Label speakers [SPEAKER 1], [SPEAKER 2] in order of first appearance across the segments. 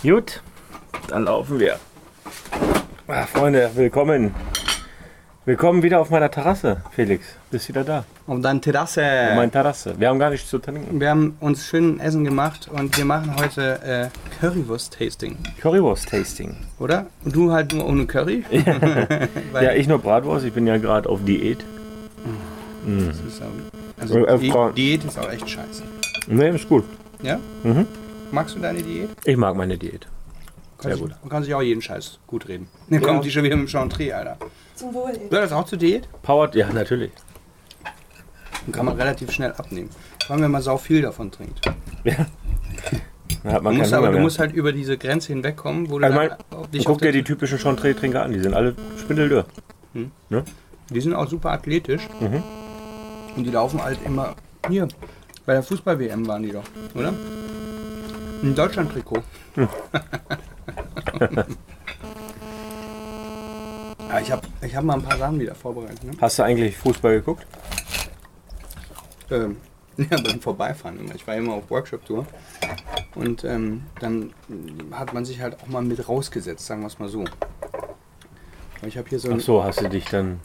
[SPEAKER 1] Gut, dann laufen wir. Ah, Freunde, willkommen. Willkommen wieder auf meiner Terrasse, Felix. Bist wieder da.
[SPEAKER 2] Auf deiner
[SPEAKER 1] Auf
[SPEAKER 2] Terrasse.
[SPEAKER 1] meiner Terrasse. Wir haben gar nichts zu trinken.
[SPEAKER 2] Wir haben uns schön Essen gemacht und wir machen heute äh, Currywurst-Tasting,
[SPEAKER 1] Currywurst-Tasting.
[SPEAKER 2] oder? Und du halt nur ohne Curry. Weil
[SPEAKER 1] Ja, ich nur Bratwurst. Ich bin ja gerade auf Diät.
[SPEAKER 2] das ist, ähm, also
[SPEAKER 1] Äh,
[SPEAKER 2] die,
[SPEAKER 1] Frau-
[SPEAKER 2] Diät ist auch echt scheiße.
[SPEAKER 1] Nee, ist gut.
[SPEAKER 2] Ja?
[SPEAKER 1] Mhm.
[SPEAKER 2] Magst du deine Diät?
[SPEAKER 1] Ich mag meine Diät.
[SPEAKER 2] Kann
[SPEAKER 1] Sehr
[SPEAKER 2] sich-
[SPEAKER 1] gut.
[SPEAKER 2] Man kann sich auch jeden Scheiß gut reden. Dann kommt die schon wieder mit dem Chantré, Alter.
[SPEAKER 3] Zum Wohl.
[SPEAKER 2] Gehört das auch zur Diät?
[SPEAKER 1] Powered, ja, natürlich.
[SPEAKER 2] Dann kann man relativ schnell abnehmen. Vor allem, wenn man sau viel davon trinkt.
[SPEAKER 1] Dann hat
[SPEAKER 2] Du
[SPEAKER 1] man
[SPEAKER 2] musst,
[SPEAKER 1] keinen
[SPEAKER 2] aber,
[SPEAKER 1] Hunger
[SPEAKER 2] du
[SPEAKER 1] mehr.
[SPEAKER 2] musst halt über diese Grenze hinwegkommen, wo du
[SPEAKER 1] Also
[SPEAKER 2] dann auf
[SPEAKER 1] mein,
[SPEAKER 2] dich
[SPEAKER 1] guck
[SPEAKER 2] auf
[SPEAKER 1] dir
[SPEAKER 2] der-
[SPEAKER 1] die typischen Chantre-Trinker an. Die sind alle spindeldürr.
[SPEAKER 2] Die sind auch super athletisch.
[SPEAKER 1] Mhm.
[SPEAKER 2] Und die laufen halt immer hier. Bei der Fußball-WM waren die doch, oder? Ein Deutschland-Trikot.
[SPEAKER 1] Hm.
[SPEAKER 2] ja, ich habe ich hab mal ein paar Sachen wieder vorbereitet. Ne?
[SPEAKER 1] Hast du eigentlich Fußball geguckt?
[SPEAKER 2] Ähm, ja, beim Vorbeifahren immer. Ich war immer auf Workshop-Tour. Und ähm, dann hat man sich halt auch mal mit rausgesetzt, sagen wir es mal so. Aber Ich habe hier so ein,
[SPEAKER 1] Ach so, hast du dich dann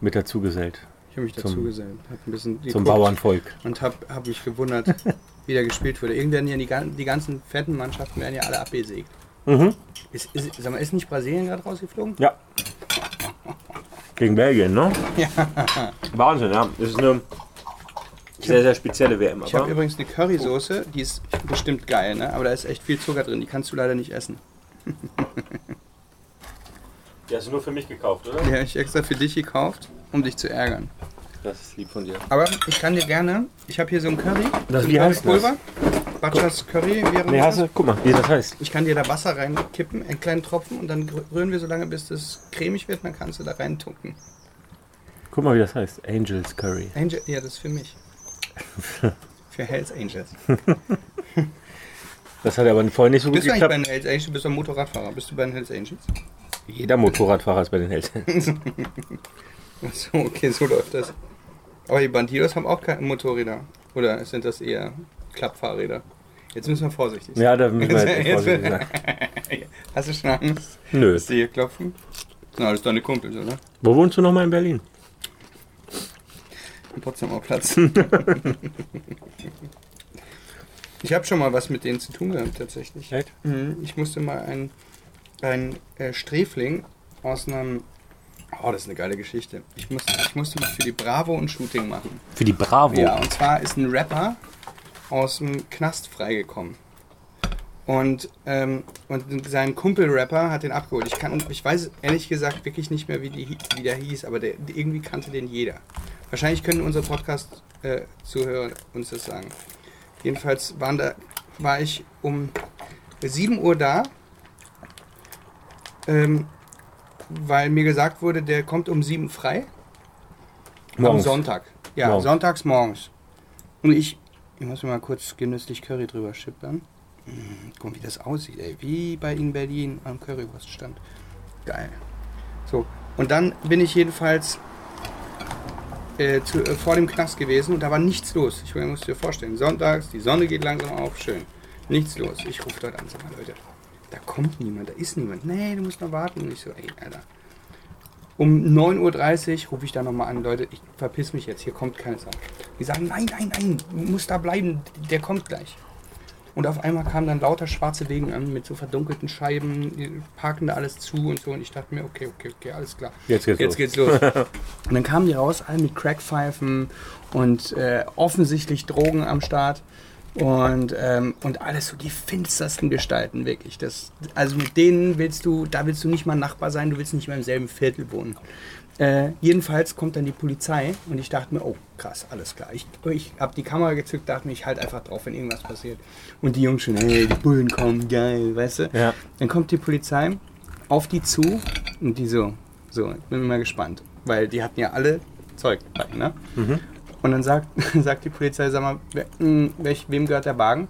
[SPEAKER 1] mit dazu gesellt.
[SPEAKER 2] ich hab mich
[SPEAKER 1] zum-
[SPEAKER 2] dazu gesellt, hab ein bisschen
[SPEAKER 1] Zum
[SPEAKER 2] geguckt.
[SPEAKER 1] Bauernvolk.
[SPEAKER 2] und habe hab mich gewundert, wie der gespielt wurde. Irgendwann ja die, gan- die ganzen fetten Mannschaften werden ja alle abgesägt.
[SPEAKER 1] Mhm.
[SPEAKER 2] Ist, ist, sag mal, ist nicht Brasilien gerade rausgeflogen?
[SPEAKER 1] Ja. Gegen Belgien, ne? Wahnsinn, ja. Das ist eine sehr, sehr spezielle WM.
[SPEAKER 2] Ich habe übrigens eine Currysoße, die ist bestimmt geil, ne? aber da ist echt viel Zucker drin, die kannst du leider nicht essen.
[SPEAKER 1] die hast du nur für mich gekauft, oder?
[SPEAKER 2] Die habe ich extra für dich gekauft, um dich zu ärgern.
[SPEAKER 1] Das ist lieb von dir.
[SPEAKER 2] Aber ich kann dir gerne, ich habe hier so ein Curry,
[SPEAKER 1] Das-
[SPEAKER 2] so ein
[SPEAKER 1] wie heißt
[SPEAKER 2] Currypulver, Batschas Curry wäre
[SPEAKER 1] Nee,
[SPEAKER 2] das.
[SPEAKER 1] hast du? Guck mal, wie das heißt.
[SPEAKER 2] Ich kann dir da Wasser reinkippen, einen kleinen Tropfen und dann rü- rühren wir so lange, bis das cremig wird, dann kannst du da reintunken.
[SPEAKER 1] Guck mal, wie das heißt. Angels Curry.
[SPEAKER 2] Angel, ja, das ist für mich. für Hells Angels.
[SPEAKER 1] Das hat aber vorhin nicht so gut
[SPEAKER 2] Bist du eigentlich bei
[SPEAKER 1] geklappt.
[SPEAKER 2] den Hells Angels? Du bist doch Motorradfahrer. Bist du bei den Hells Angels?
[SPEAKER 1] Jeder Motorradfahrer ist bei den Helden.
[SPEAKER 2] Ach So, okay, so läuft das. Aber die Bandidos haben auch keine Motorräder. Oder sind das eher Klappfahrräder? Jetzt müssen wir vorsichtig sein.
[SPEAKER 1] ja, da müssen wir jetzt
[SPEAKER 2] Jetzt-
[SPEAKER 1] vorsichtig sein.
[SPEAKER 2] Hast du schon Angst,
[SPEAKER 1] Nö.
[SPEAKER 2] dass die hier klopfen? Na, das ist deine Kumpels, oder?
[SPEAKER 1] Wo wohnst du nochmal in Berlin?
[SPEAKER 2] Im Potsdamer Platz. ich habe schon mal was mit denen zu tun gehabt, tatsächlich.
[SPEAKER 1] Echt?
[SPEAKER 2] Mhm, Ich musste mal einen, einen äh, Sträfling aus einem. Oh, das ist eine geile Geschichte. Ich musste, ich musste mal für die Bravo ein Shooting machen.
[SPEAKER 1] Für die Bravo.
[SPEAKER 2] Ja, und zwar ist ein Rapper aus dem Knast freigekommen. Und, ähm, und sein Kumpel-Rapper hat den abgeholt. Ich, kann, ich weiß ehrlich gesagt wirklich nicht mehr, wie, die, hie- wie der hieß, aber der, irgendwie kannte den jeder. Wahrscheinlich können unsere Podcast-Zuhörer uns das sagen. Jedenfalls waren da, war ich um 7 Uhr da, ähm, weil mir gesagt wurde, der kommt um 7 frei.
[SPEAKER 1] Morgens.
[SPEAKER 2] Am Sonntag. Ja,
[SPEAKER 1] Morgens.
[SPEAKER 2] sonntags morgens. Und ich, ich muss mir mal kurz genüsslich Curry drüber schippern. Mm, Guck mal, wie das aussieht, ey. Wie bei in Berlin am Currywurststand. Geil. So, und dann bin ich jedenfalls äh, zu, äh, vor dem Knast gewesen und da war nichts los. Ich muss dir vorstellen, sonntags, die Sonne geht langsam auf, schön. Nichts los. Ich rufe dort an, sag mal, Leute, da kommt niemand, da ist niemand. Nee, du musst noch warten. Und ich so, ey, Alter. Um 9.30 Uhr rufe ich da nochmal an, Leute, ich verpiss mich jetzt, hier kommt keine Sau. Die sagen, nein, nein, nein, du musst da bleiben, der kommt gleich. Und auf einmal kamen dann lauter schwarze Wegen an mit so verdunkelten Scheiben, die parken da alles zu und so. Und ich dachte mir, okay, okay, okay, alles klar.
[SPEAKER 1] Jetzt geht's los.
[SPEAKER 2] Jetzt geht's los. und dann kamen die raus, alle mit Crackpfeifen und äh, offensichtlich Drogen am Start. Und, ähm, und alles so die finstersten Gestalten, wirklich. Das, also mit denen willst du, da willst du nicht mal Nachbar sein, du willst nicht mal im selben Viertel wohnen. Äh, jedenfalls kommt dann die Polizei und ich dachte mir, oh krass, alles klar. Ich, ich habe die Kamera gezückt, dachte mir, ich halt einfach drauf, wenn irgendwas passiert. Und die Jungs schon, hey, die Bullen kommen, geil, weißt du?
[SPEAKER 1] Ja.
[SPEAKER 2] Dann kommt die Polizei auf die zu und die so, so, ich bin mal gespannt, weil die hatten ja alle Zeug dabei, ne? Und dann sagt, sagt die Polizei, sag mal, wer, mh, welch, wem gehört der Wagen?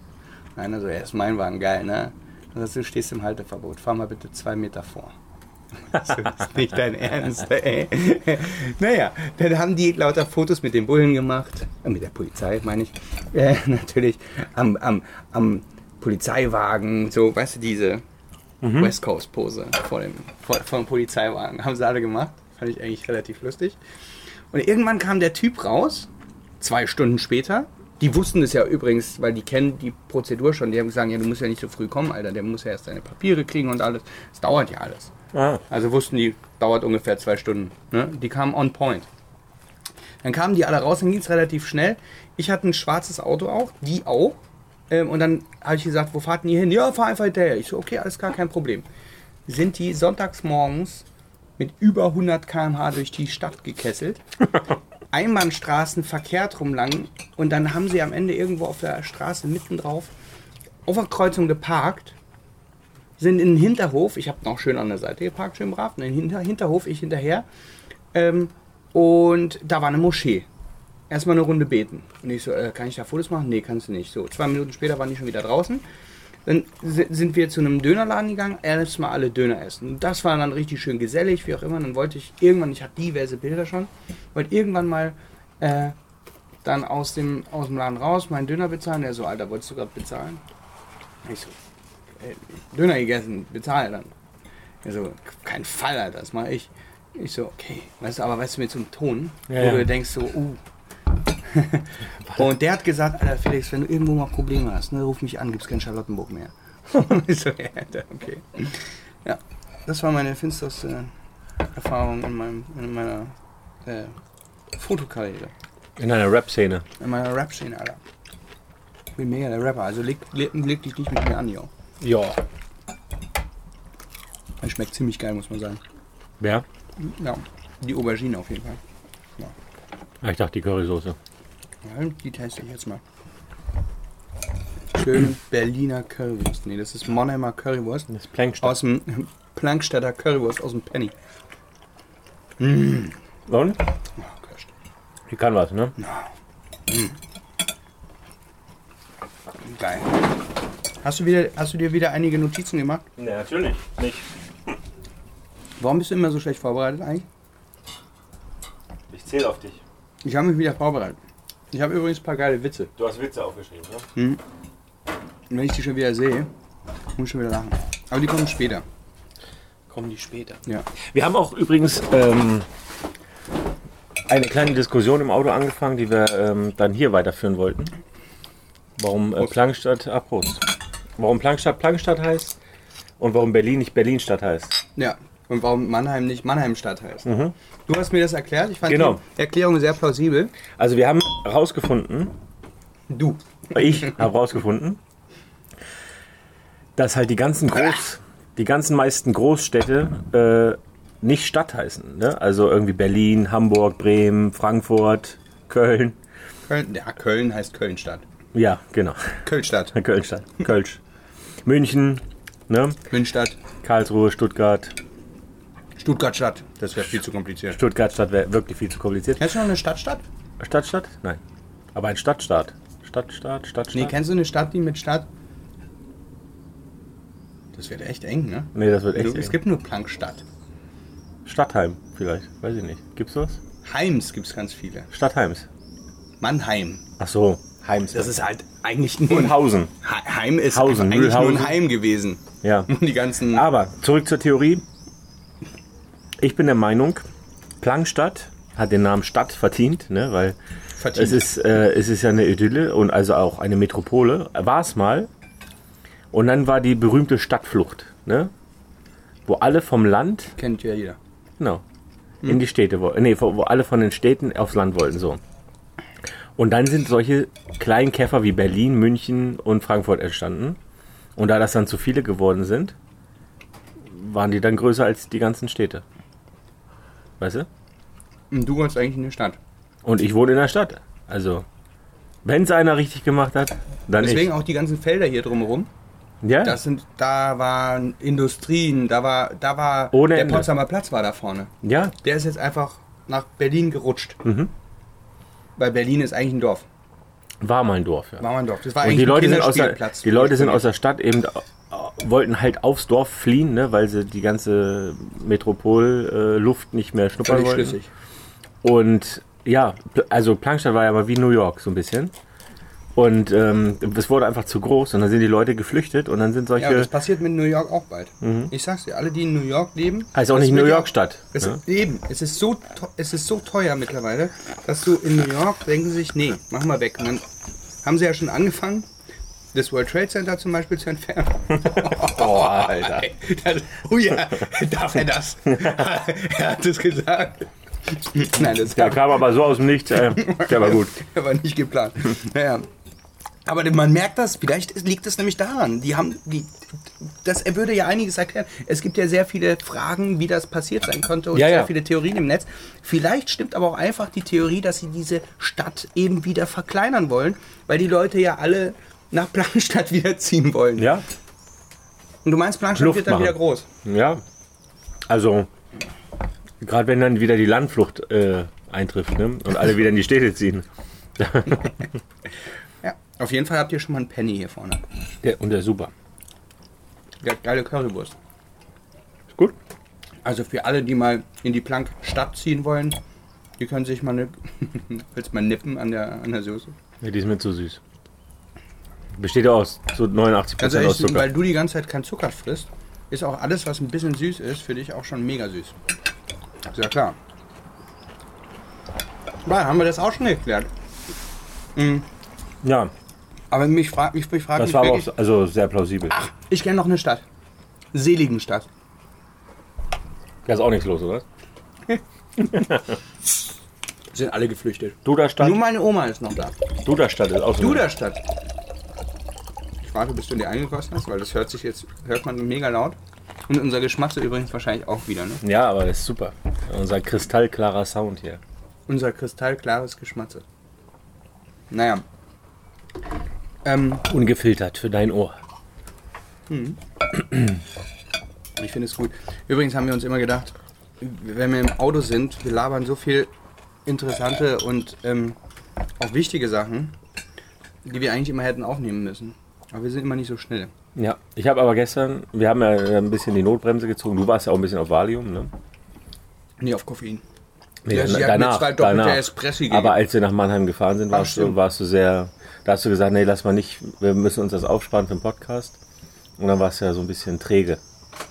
[SPEAKER 2] Nein, also, ja, ist mein Wagen, geil, ne? Dann sagst du, du stehst im Halteverbot, fahr mal bitte zwei Meter vor. Das ist nicht dein Ernst, ey. Naja, dann haben die lauter Fotos mit den Bullen gemacht, äh, mit der Polizei, meine ich, äh, natürlich, am, am, am, Polizeiwagen, so, weißt du, diese
[SPEAKER 1] Mhm.
[SPEAKER 2] West Coast-Pose vor dem, vor, vor dem Polizeiwagen. Haben sie alle gemacht. Fand ich eigentlich relativ lustig. Und irgendwann kam der Typ raus, zwei Stunden später. Die wussten es ja übrigens, weil die kennen die Prozedur schon. Die haben gesagt, ja, du musst ja nicht so früh kommen, Alter. Der muss ja erst seine Papiere kriegen und alles. Es dauert ja alles.
[SPEAKER 1] Ah,
[SPEAKER 2] Also wussten die, dauert ungefähr zwei Stunden. Ne? Die kamen on point. Dann kamen die alle raus, dann ging es relativ schnell. Ich hatte ein schwarzes Auto auch, die auch. Ähm, und dann habe ich gesagt, wo fahrt denn ihr hin? Ja, fahr einfach hinterher. Ich so, okay, alles klar, kein Problem. Sind die sonntags morgens mit über 100 km/h durch die Stadt gekesselt. Einbahnstraßen verkehrt rumlangen und dann haben sie am Ende irgendwo auf der Straße mitten drauf auf der Kreuzung geparkt sind in den Hinterhof. Ich habe noch schön an der Seite geparkt, schön brav. In den Hinter Hinterhof, ich hinterher. Ähm, und da war eine Moschee. Erstmal eine Runde beten. Und ich so, äh, kann ich da Fotos machen? Nee, kannst du nicht. So, zwei Minuten später waren die schon wieder draußen. Dann si- sind wir zu einem Dönerladen gegangen, erstmal alle Döner essen. Und das war dann richtig schön gesellig, wie auch immer. Dann wollte ich irgendwann, ich hatte diverse Bilder schon, wollte irgendwann mal äh, dann aus dem, aus dem Laden raus meinen Döner bezahlen. Der so, Alter, wolltest du gerade bezahlen? Ich so, äh, Döner gegessen, bezahl dann. Er so, kein Fall, Alter, das mache ich. Ich so, okay. Weißt du, aber weißt du, mit so einem Ton,
[SPEAKER 1] Ja,
[SPEAKER 2] wo
[SPEAKER 1] ja.
[SPEAKER 2] du denkst so, uh. Und der hat gesagt, Alter, Felix, wenn du irgendwo mal Probleme hast, ne, ruf mich an, gibt's kein Charlottenburg mehr. ich so, ja, Alter, okay. Ja, das war meine finsterste Erfahrung in, meinem, in meiner äh, Fotokarriere.
[SPEAKER 1] in einer Rap-Szene.
[SPEAKER 2] In meiner Rap-Szene, Alter. Ich bin mega der Rapper, also leg, leg, leg dich nicht mit mir an, yo.
[SPEAKER 1] Ja.
[SPEAKER 2] Das schmeckt ziemlich geil, muss man sagen.
[SPEAKER 1] Wer?
[SPEAKER 2] Ja, die Aubergine auf jeden Fall.
[SPEAKER 1] Ah, ich dachte die Currysoße.
[SPEAKER 2] Ja, die teste ich jetzt mal. Schön Berliner Currywurst. Nee, das ist Monheimer Currywurst.
[SPEAKER 1] Das Plankstoff.
[SPEAKER 2] Aus dem Plankstädter Currywurst aus dem Penny.
[SPEAKER 1] Und?
[SPEAKER 2] Oh, Gott.
[SPEAKER 1] Die kann was, ne?
[SPEAKER 2] Geil. Hast du, wieder, hast du dir wieder einige Notizen gemacht?
[SPEAKER 1] Ne, natürlich. Nicht.
[SPEAKER 2] Warum bist du immer so schlecht vorbereitet eigentlich?
[SPEAKER 1] Ich zähle auf dich.
[SPEAKER 2] Ich habe mich wieder vorbereitet. Ich habe übrigens ein paar geile Witze.
[SPEAKER 1] Du hast Witze aufgeschrieben, ne?
[SPEAKER 2] Und wenn ich die schon wieder sehe, muss ich schon wieder lachen. Aber die kommen später.
[SPEAKER 1] Kommen die später.
[SPEAKER 2] Ja.
[SPEAKER 1] Wir haben auch übrigens ähm, eine kleine Diskussion im Auto angefangen, die wir ähm, dann hier weiterführen wollten. Warum äh,
[SPEAKER 2] Prost.
[SPEAKER 1] Plankstadt, ah, Prost. Warum Plankstadt Plankstadt heißt und warum Berlin nicht Berlinstadt heißt.
[SPEAKER 2] Ja. Und warum Mannheim nicht Mannheimstadt heißt. Du hast mir das erklärt. Ich fand
[SPEAKER 1] Genau.
[SPEAKER 2] die Erklärung sehr plausibel.
[SPEAKER 1] Also wir haben herausgefunden,
[SPEAKER 2] Du.
[SPEAKER 1] ich habe herausgefunden, dass halt die ganzen Groß, die ganzen meisten Großstädte äh, nicht Stadt heißen. Ne? Also irgendwie Berlin, Hamburg, Bremen, Frankfurt, Köln.
[SPEAKER 2] Köln, ja, Köln heißt Kölnstadt.
[SPEAKER 1] Ja, genau.
[SPEAKER 2] Kölnstadt.
[SPEAKER 1] Kölnstadt. Kölsch. München, ne?
[SPEAKER 2] Münchstadt.
[SPEAKER 1] Karlsruhe, Stuttgart.
[SPEAKER 2] Stuttgartstadt. Das wäre viel zu kompliziert.
[SPEAKER 1] Stuttgart-Stadt wäre wirklich viel zu kompliziert.
[SPEAKER 2] Kennst du noch eine Stadtstadt?
[SPEAKER 1] Stadtstadt? Nein. Aber ein Stadtstaat. Stadtstaat, Stadtstaat.
[SPEAKER 2] Nee, kennst du eine Stadt, die mit Stadt. Das wird echt eng, ne?
[SPEAKER 1] nee das wird echt.
[SPEAKER 2] du, Es
[SPEAKER 1] eng.
[SPEAKER 2] gibt nur Plankstadt.
[SPEAKER 1] Stadtheim vielleicht. Weiß ich nicht. Gibt's was?
[SPEAKER 2] Heims gibt es ganz viele.
[SPEAKER 1] Stadtheims.
[SPEAKER 2] Mannheim.
[SPEAKER 1] Ach so. Heims.
[SPEAKER 2] Das ist halt eigentlich nur ein
[SPEAKER 1] Hausen.
[SPEAKER 2] Ha- Heim ist
[SPEAKER 1] Hausen,
[SPEAKER 2] eigentlich
[SPEAKER 1] Mühlhausen. Ah,
[SPEAKER 2] nur ein Heim gewesen.
[SPEAKER 1] Ja.
[SPEAKER 2] Und die ganzen.
[SPEAKER 1] Aber zurück zur Theorie. Ich bin der Meinung, Plangstadt hat den Namen Stadt verdient, ne? weil
[SPEAKER 2] Verdient.
[SPEAKER 1] es ist, äh, es ist ja eine Idylle und also auch eine Metropole. War es mal. Und dann war die berühmte Stadtflucht, ne? wo alle vom Land
[SPEAKER 2] Kennt ja jeder.
[SPEAKER 1] Genau. In die Städte, wo, nee, wo wo alle von den Städten aufs Land wollten, so. Und dann sind solche kleinen Käfer wie Berlin, München und Frankfurt entstanden. Und da das dann zu viele geworden sind, waren die dann größer als die ganzen Städte. Weißt du?
[SPEAKER 2] Und du wolltest eigentlich in eine Stadt.
[SPEAKER 1] Und ich wohne in der Stadt. Also, wenn es einer richtig gemacht hat, dann
[SPEAKER 2] Deswegen auch die ganzen Felder hier drumherum.
[SPEAKER 1] ich. Ja?
[SPEAKER 2] Das sind, da waren Industrien, da war, da war,
[SPEAKER 1] Ohne
[SPEAKER 2] der
[SPEAKER 1] Ende.
[SPEAKER 2] Potsdamer Platz war da vorne.
[SPEAKER 1] ja?
[SPEAKER 2] Der ist jetzt einfach nach Berlin gerutscht.
[SPEAKER 1] Mhm.
[SPEAKER 2] Weil Berlin ist eigentlich ein Dorf.
[SPEAKER 1] War mein Dorf, ja.
[SPEAKER 2] War mein Dorf. Das war
[SPEAKER 1] Und
[SPEAKER 2] eigentlich
[SPEAKER 1] die
[SPEAKER 2] ein
[SPEAKER 1] Leute, sind aus der,
[SPEAKER 2] Kinderspielplatz.
[SPEAKER 1] die Leute sind aus der Stadt eben, äh, wollten halt aufs Dorf fliehen, ne, weil sie die ganze Metropolluft nicht mehr schnuppern
[SPEAKER 2] Völlig
[SPEAKER 1] wollten.
[SPEAKER 2] schlüssig.
[SPEAKER 1] Und ja, pl- also Plankstadt war ja mal wie New York so ein bisschen. Und ähm, es wurde einfach zu groß und dann sind die Leute geflüchtet und dann sind
[SPEAKER 2] Ja,
[SPEAKER 1] solche.
[SPEAKER 2] das passiert mit New York auch bald. Ich sag's dir, alle, die in New York leben.
[SPEAKER 1] Mhm. also auch
[SPEAKER 2] das
[SPEAKER 1] nicht
[SPEAKER 2] wird
[SPEAKER 1] New
[SPEAKER 2] ja-
[SPEAKER 1] York Stadt.
[SPEAKER 2] Es,
[SPEAKER 1] Ne?
[SPEAKER 2] Eben, es ist, so teu- es ist so teuer mittlerweile, dass du in New York denken sie sich, nee, mach mal weg. Und dann haben sie ja schon angefangen, das World Trade Center zum Beispiel zu entfernen.
[SPEAKER 1] Oh, Alter.
[SPEAKER 2] Das, oh ja, darf er das? er hat es gesagt. Nein, das
[SPEAKER 1] Der kam aber so aus dem Nichts, äh, der war gut.
[SPEAKER 2] Der war nicht geplant. Naja. Aber man merkt das, vielleicht ist- liegt es nämlich daran. Die haben, die, das würde ja einiges erklären. Es gibt ja sehr viele Fragen, wie das passiert sein konnte und
[SPEAKER 1] Ja,
[SPEAKER 2] sehr
[SPEAKER 1] ja.
[SPEAKER 2] viele Theorien im Netz. Vielleicht stimmt aber auch einfach die Theorie, dass sie diese Stadt eben wieder verkleinern wollen, weil die Leute ja alle nach Planstadt wieder ziehen wollen.
[SPEAKER 1] Ja,
[SPEAKER 2] Und du meinst, Planstadt
[SPEAKER 1] Luft
[SPEAKER 2] wird dann
[SPEAKER 1] machen.
[SPEAKER 2] wieder groß.
[SPEAKER 1] ja. Also, gerade wenn dann wieder die Landflucht äh, eintrifft ne? und alle wieder in die Städte ziehen.
[SPEAKER 2] Ja. Auf jeden Fall habt ihr schon mal einen Penny hier vorne.
[SPEAKER 1] Der, und der ist super.
[SPEAKER 2] Der hat geile Currywurst.
[SPEAKER 1] Ist gut.
[SPEAKER 2] Also für alle, die mal in die Plankstadt ziehen wollen, die können sich mal, ne willst mal nippen an der, an der Soße.
[SPEAKER 1] Ja, die ist mir zu süß. Besteht ja aus zu 89
[SPEAKER 2] Also
[SPEAKER 1] Prozent aus
[SPEAKER 2] echt,
[SPEAKER 1] Zucker.
[SPEAKER 2] weil du die ganze Zeit keinen Zucker frisst, ist auch alles, was ein bisschen süß ist, für dich auch schon mega süß. Ist ja klar. Ja, haben wir das auch schon geklärt.
[SPEAKER 1] Ja,
[SPEAKER 2] Aber mich fragt mich, mich fragt
[SPEAKER 1] das
[SPEAKER 2] mich
[SPEAKER 1] war aber auch
[SPEAKER 2] wirklich,
[SPEAKER 1] so- also sehr plausibel.
[SPEAKER 2] ich kenne noch eine Stadt. Seligenstadt.
[SPEAKER 1] Da ist auch nichts los, oder?
[SPEAKER 2] Sind alle geflüchtet.
[SPEAKER 1] Duderstadt.
[SPEAKER 2] Nur meine Oma ist noch da.
[SPEAKER 1] Duderstadt ist auch so. eine-
[SPEAKER 2] Duderstadt. Ich warte, bis du dir eingekostet hast, weil das hört sich jetzt, hört man mega laut. Und unser Geschmack ist übrigens wahrscheinlich auch wieder, ne?
[SPEAKER 1] Ja, aber das ist super. Unser kristallklarer Sound hier.
[SPEAKER 2] Unser kristallklares Geschmatze. Naja. Ähm,
[SPEAKER 1] Ungefiltert für dein Ohr.
[SPEAKER 2] ich finde es gut. Übrigens haben wir uns immer gedacht, wenn wir im Auto sind, wir labern so viel interessante und ähm, auch wichtige Sachen, die wir eigentlich immer hätten aufnehmen müssen. Aber wir sind immer nicht so schnell.
[SPEAKER 1] Ja, ich habe aber gestern, wir haben ja ein bisschen die Notbremse gezogen. Du warst ja auch ein bisschen auf Valium, ne?
[SPEAKER 2] Nie auf Koffein.
[SPEAKER 1] Nee,
[SPEAKER 2] Ja,
[SPEAKER 1] dann-
[SPEAKER 2] sie hat mir zwei doppelte Espressi gegeben.
[SPEAKER 1] Aber als wir nach Mannheim gefahren sind, warst, du,
[SPEAKER 2] stimmt.
[SPEAKER 1] warst du sehr, da hast du gesagt, nee, lass mal nicht, wir müssen uns das aufsparen für den Podcast. Und dann warst du ja so ein bisschen träge,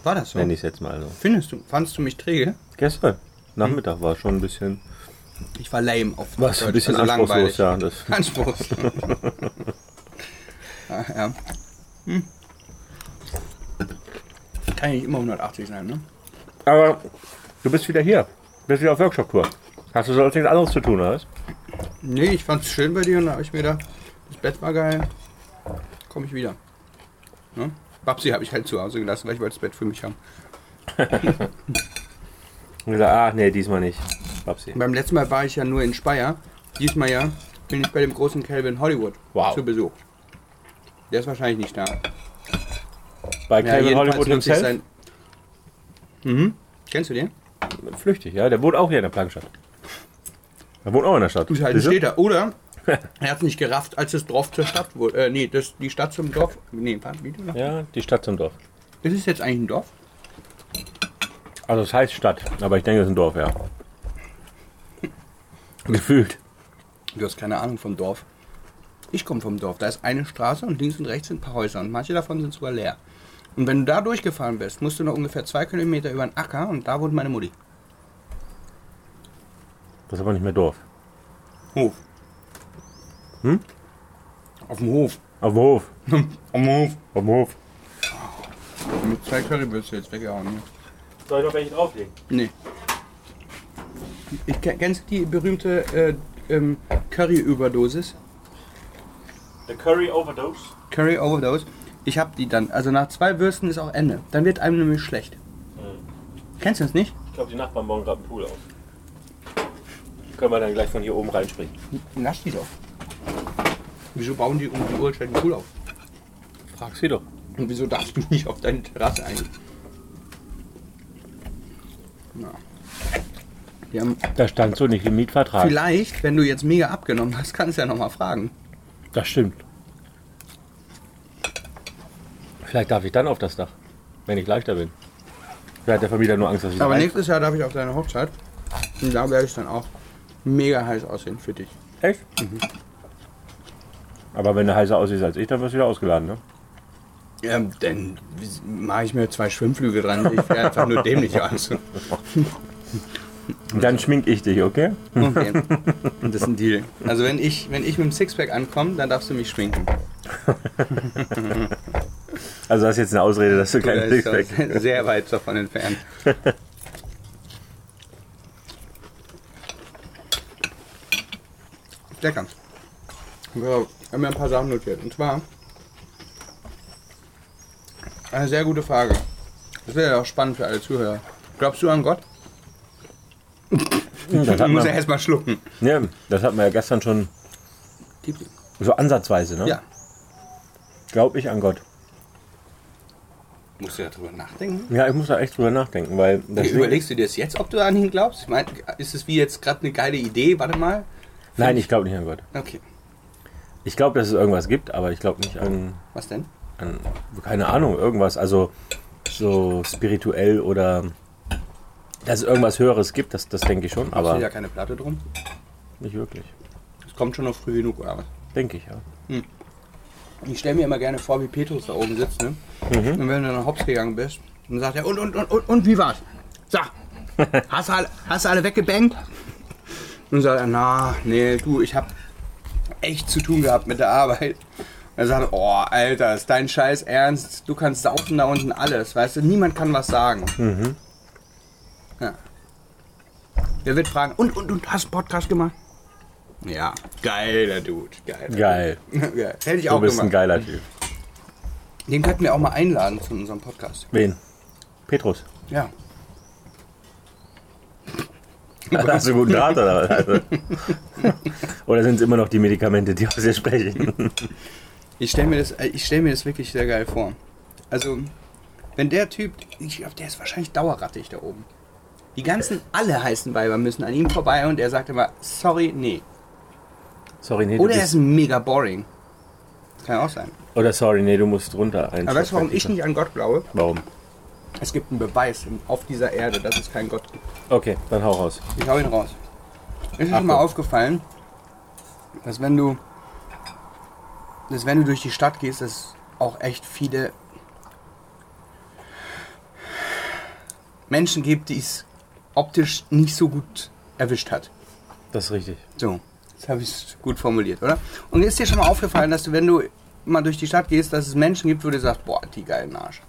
[SPEAKER 2] War das so?
[SPEAKER 1] nenne ich es jetzt mal so.
[SPEAKER 2] Findest du, fandst du mich träge?
[SPEAKER 1] Gestern Nachmittag war schon ein bisschen,
[SPEAKER 2] Ich war lame auf also
[SPEAKER 1] war es ein bisschen anspruchslos, ja. Das,
[SPEAKER 2] Anspruchslos. ja, ja. Hm. Kann ja nicht immer 180 sein, ne?
[SPEAKER 1] aber du bist wieder hier, bist wieder auf Workshop-Tour. Hast du sonst nichts anderes zu tun, oder? was?
[SPEAKER 2] Nee, ich fand's schön bei dir und da habe ich mir gedacht, das Bett war geil, komme ich wieder. Ne? Babsi habe ich halt zu Hause gelassen, weil ich wollte das Bett für mich haben.
[SPEAKER 1] Und gesagt, ah, nee, diesmal nicht. Babsi.
[SPEAKER 2] Beim letzten Mal war ich ja nur in Speyer, diesmal ja bin ich bei dem großen Calvin Hollywood
[SPEAKER 1] Wow.
[SPEAKER 2] zu Besuch. Der ist wahrscheinlich nicht da.
[SPEAKER 1] Bei Calvin
[SPEAKER 2] jedenfalls
[SPEAKER 1] Hollywood
[SPEAKER 2] wird sich
[SPEAKER 1] himself,
[SPEAKER 2] sein- Mhm. Kennst du den?
[SPEAKER 1] flüchtig, ja, der wohnt auch hier in der Plankenstadt. Der wohnt auch in der Stadt.
[SPEAKER 2] Ist halt ein
[SPEAKER 1] Siehst du?
[SPEAKER 2] Städter. Oder er hat es nicht gerafft, als das Dorf zur Stadt wurde. Äh, nee, das, die Stadt zum Dorf. Nee, warte, wie du noch?
[SPEAKER 1] Ja, die Stadt zum Dorf.
[SPEAKER 2] Das ist jetzt eigentlich ein Dorf.
[SPEAKER 1] Also es heißt Stadt, aber ich denke, es ist ein Dorf, ja. Gefühlt.
[SPEAKER 2] Du hast keine Ahnung vom Dorf. Ich komme vom Dorf. Da ist eine Straße und links und rechts sind ein paar Häuser und manche davon sind sogar leer. Und wenn du da durchgefahren bist, musst du noch ungefähr zwei Kilometer über einen Acker und da wohnt meine Mutti.
[SPEAKER 1] Das ist aber nicht mehr Dorf.
[SPEAKER 2] Hof. Hm? Auf dem Hof.
[SPEAKER 1] Auf dem Hof.
[SPEAKER 2] Auf dem Hof.
[SPEAKER 1] Auf dem Hof.
[SPEAKER 2] Mit zwei Currywürste jetzt weggehauen. Ne?
[SPEAKER 1] Soll ich noch welche drauflegen?
[SPEAKER 2] Nee. Ich, kennst du die berühmte äh, ähm, Curry-Überdosis?
[SPEAKER 1] The Curry Overdose.
[SPEAKER 2] Curry Overdose. Ich hab die dann. Also nach zwei Würsten ist auch Ende. Dann wird einem nämlich schlecht. Kennst du das nicht?
[SPEAKER 1] Ich glaube, die Nachbarn bauen gerade einen Pool aus. Können wir dann gleich von hier oben reinspringen.
[SPEAKER 2] Lass die doch. Wieso bauen die um die Uhrzeit einen Pool auf?
[SPEAKER 1] Frag sie doch.
[SPEAKER 2] Und wieso darfst du nicht auf deine Terrasse ein? Na. Die haben
[SPEAKER 1] Da stand so nicht im
[SPEAKER 2] Ah.
[SPEAKER 1] Mietvertrag.
[SPEAKER 2] vielleicht, wenn du jetzt mega abgenommen hast, kannst du ja nochmal fragen.
[SPEAKER 1] Das stimmt. Vielleicht darf ich dann auf das Dach, wenn ich leichter bin. Vielleicht hat der Vermieter nur Angst, dass ich
[SPEAKER 2] Aber
[SPEAKER 1] rein-
[SPEAKER 2] nächstes Jahr darf ich auf deine Hochzeit. Und
[SPEAKER 1] Mhm.
[SPEAKER 2] da werde ich dann auch mega heiß aussehen für dich.
[SPEAKER 1] Echt? Aber wenn du heißer aussiehst als ich, dann wirst du wieder ausgeladen, ne?
[SPEAKER 2] Ähm, dann mache ich mir zwei Schwimmflügel dran. Ich wäre einfach nur dämlich also. aus.
[SPEAKER 1] Dann schmink ich dich, okay?
[SPEAKER 2] Okay. Das ist ein Deal. Also wenn ich, wenn ich mit dem Sixpack ankomme, dann darfst du mich schminken.
[SPEAKER 1] Also das ist jetzt eine Ausrede, dass du
[SPEAKER 2] Da
[SPEAKER 1] keinen
[SPEAKER 2] ist
[SPEAKER 1] Sixpack
[SPEAKER 2] er sehr weit davon entfernt. Lecker. So, ich habe mir ein paar Sachen notiert. Und zwar eine sehr gute Frage. Das wäre ja auch spannend für alle Zuhörer. Glaubst du an Gott?
[SPEAKER 1] Das
[SPEAKER 2] Du
[SPEAKER 1] hat,
[SPEAKER 2] musst ja
[SPEAKER 1] man,
[SPEAKER 2] erstmal schlucken.
[SPEAKER 1] ja, das hat man ja gestern schon so ansatzweise, ne?
[SPEAKER 2] Ja.
[SPEAKER 1] Glaub ich an Gott.
[SPEAKER 2] Musst du ja drüber nachdenken.
[SPEAKER 1] Ja, ich muss da echt drüber nachdenken, weil das
[SPEAKER 2] Überlegst du dir das jetzt, ob du an ihn glaubst? Ich meine, ist es wie jetzt gerade eine geile Idee? Warte mal.
[SPEAKER 1] Nein, ich glaube nicht an Gott.
[SPEAKER 2] Okay.
[SPEAKER 1] Ich glaube, dass es irgendwas gibt, aber ich glaube nicht an,
[SPEAKER 2] Was denn?
[SPEAKER 1] an, keine Ahnung, irgendwas, also so spirituell oder dass es irgendwas Höheres gibt, das, das denke ich schon,
[SPEAKER 2] Hast
[SPEAKER 1] aber
[SPEAKER 2] du ja keine Platte drum?
[SPEAKER 1] nicht wirklich.
[SPEAKER 2] Es kommt schon noch früh genug, oder was?
[SPEAKER 1] Denke ich, ja.
[SPEAKER 2] Ich stelle mir immer gerne vor, wie Petrus da oben sitzt, ne? Und wenn du dann hops gegangen bist, dann sagt er, und, und, und, und, und wie war's? Sag, hast du alle, hast du alle weggebankt? Und sagt er, na, nee, du, ich hab echt zu tun gehabt mit der Arbeit. Und er sagt, oh, Alter, ist dein Scheiß ernst? Du kannst saufen da unten alles, weißt du? Niemand kann was sagen. Ja. Der wird fragen, und, und, und, hast einen Podcast gemacht? Ja, geiler Dude, geiler.
[SPEAKER 1] Geil.
[SPEAKER 2] Geil. Hätte ich
[SPEAKER 1] Du
[SPEAKER 2] auch
[SPEAKER 1] bist ein
[SPEAKER 2] gemacht.
[SPEAKER 1] geiler Typ.
[SPEAKER 2] Den könnten wir auch mal einladen zu unserem Podcast.
[SPEAKER 1] Wen? Petrus.
[SPEAKER 2] Ja.
[SPEAKER 1] Hast du einen guten Draht oder was? Also. Oder sind es immer noch die Medikamente, die aus dir sprechen?
[SPEAKER 2] Ich stelle mir, das- äh, ich stell mir das wirklich sehr geil vor. Also, wenn der Typ, ich glaube, der ist wahrscheinlich dauerrattig da oben. Die ganzen, alle heißen Weiber müssen an ihm vorbei und er sagt immer, sorry, nee.
[SPEAKER 1] Sorry, nee, du
[SPEAKER 2] Oder er ist
[SPEAKER 1] bist,
[SPEAKER 2] mega boring. Das kann ja auch sein.
[SPEAKER 1] oder sorry, nee, du musst runter. Ein
[SPEAKER 2] Aber weißt du, warum
[SPEAKER 1] Stockwerk
[SPEAKER 2] ich nicht an Gott glaube?
[SPEAKER 1] tiefer. Warum?
[SPEAKER 2] Es gibt einen Beweis auf dieser Erde, dass es keinen Gott gibt.
[SPEAKER 1] Okay, dann hau raus.
[SPEAKER 2] Ich hau ihn raus. Ist dir schon mal
[SPEAKER 1] Achtung.
[SPEAKER 2] aufgefallen, dass wenn du, dass wenn du durch die Stadt gehst, dass auch echt viele Menschen gibt, die es optisch nicht so gut erwischt hat.
[SPEAKER 1] Das ist richtig.
[SPEAKER 2] So, jetzt habe ich es gut formuliert, oder? Und ist dir schon mal aufgefallen, dass du, wenn du mal durch die Stadt gehst, dass es Menschen gibt, wo du sagst, boah, die geilen Arsch.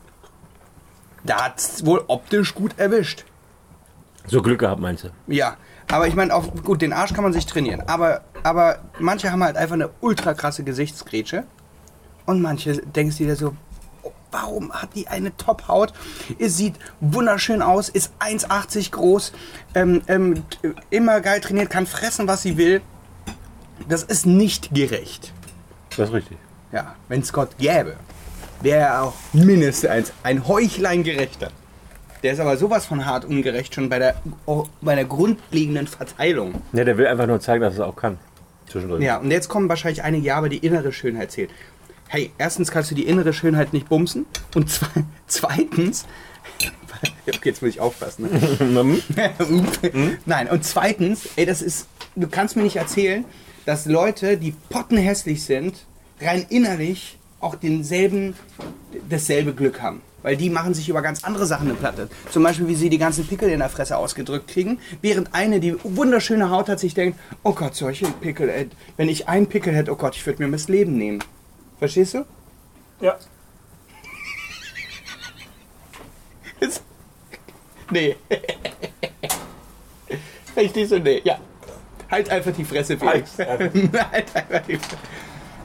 [SPEAKER 2] Da hat es wohl optisch gut erwischt.
[SPEAKER 1] So Glück gehabt, meinst du?
[SPEAKER 2] Ja, aber ich meine, auch gut, den Arsch kann man sich trainieren. Aber, aber manche haben halt einfach eine ultra krasse Gesichtsgrätsche. Und manche denkst dir so, oh, warum hat die eine Top-Haut? Es sieht wunderschön aus, ist 1,80 groß, ähm, ähm, t- immer geil trainiert, kann fressen, was sie will. Das ist nicht gerecht.
[SPEAKER 1] Das ist richtig.
[SPEAKER 2] Ja, wenn es Gott gäbe, wäre er auch mindestens eins, ein Heuchlein gerechter. Der ist aber sowas von hart ungerecht, schon bei der, auch bei der grundlegenden Verteilung.
[SPEAKER 1] Ja, der will einfach nur zeigen, dass es auch kann. Zwischendrin.
[SPEAKER 2] Ja, und jetzt kommen wahrscheinlich einige, ja, aber die innere Schönheit zählt. Hey, erstens kannst du die innere Schönheit nicht bumsen und zwe zweitens... Okay, jetzt muss ich aufpassen. Ne?
[SPEAKER 1] Mhm.
[SPEAKER 2] Nein, und zweitens, ey, das ist, du kannst mir nicht erzählen, dass Leute, die pottenhässlich sind, rein innerlich auch denselben, dasselbe Glück haben. Weil die machen sich über ganz andere Sachen eine Platte. Zum Beispiel, wie sie die ganzen Pickel in der Fresse ausgedrückt kriegen, während eine, die wunderschöne Haut hat, sich denkt, oh Gott, solche Pickel, ey, wenn ich einen Pickel hätte, oh Gott, ich würde mir das Leben nehmen. Verstehst du?
[SPEAKER 1] ja.
[SPEAKER 2] Jetzt- Nee. Richtig so, nee, ja. Halt einfach die Fresse, Felix. halt einfach die Fresse.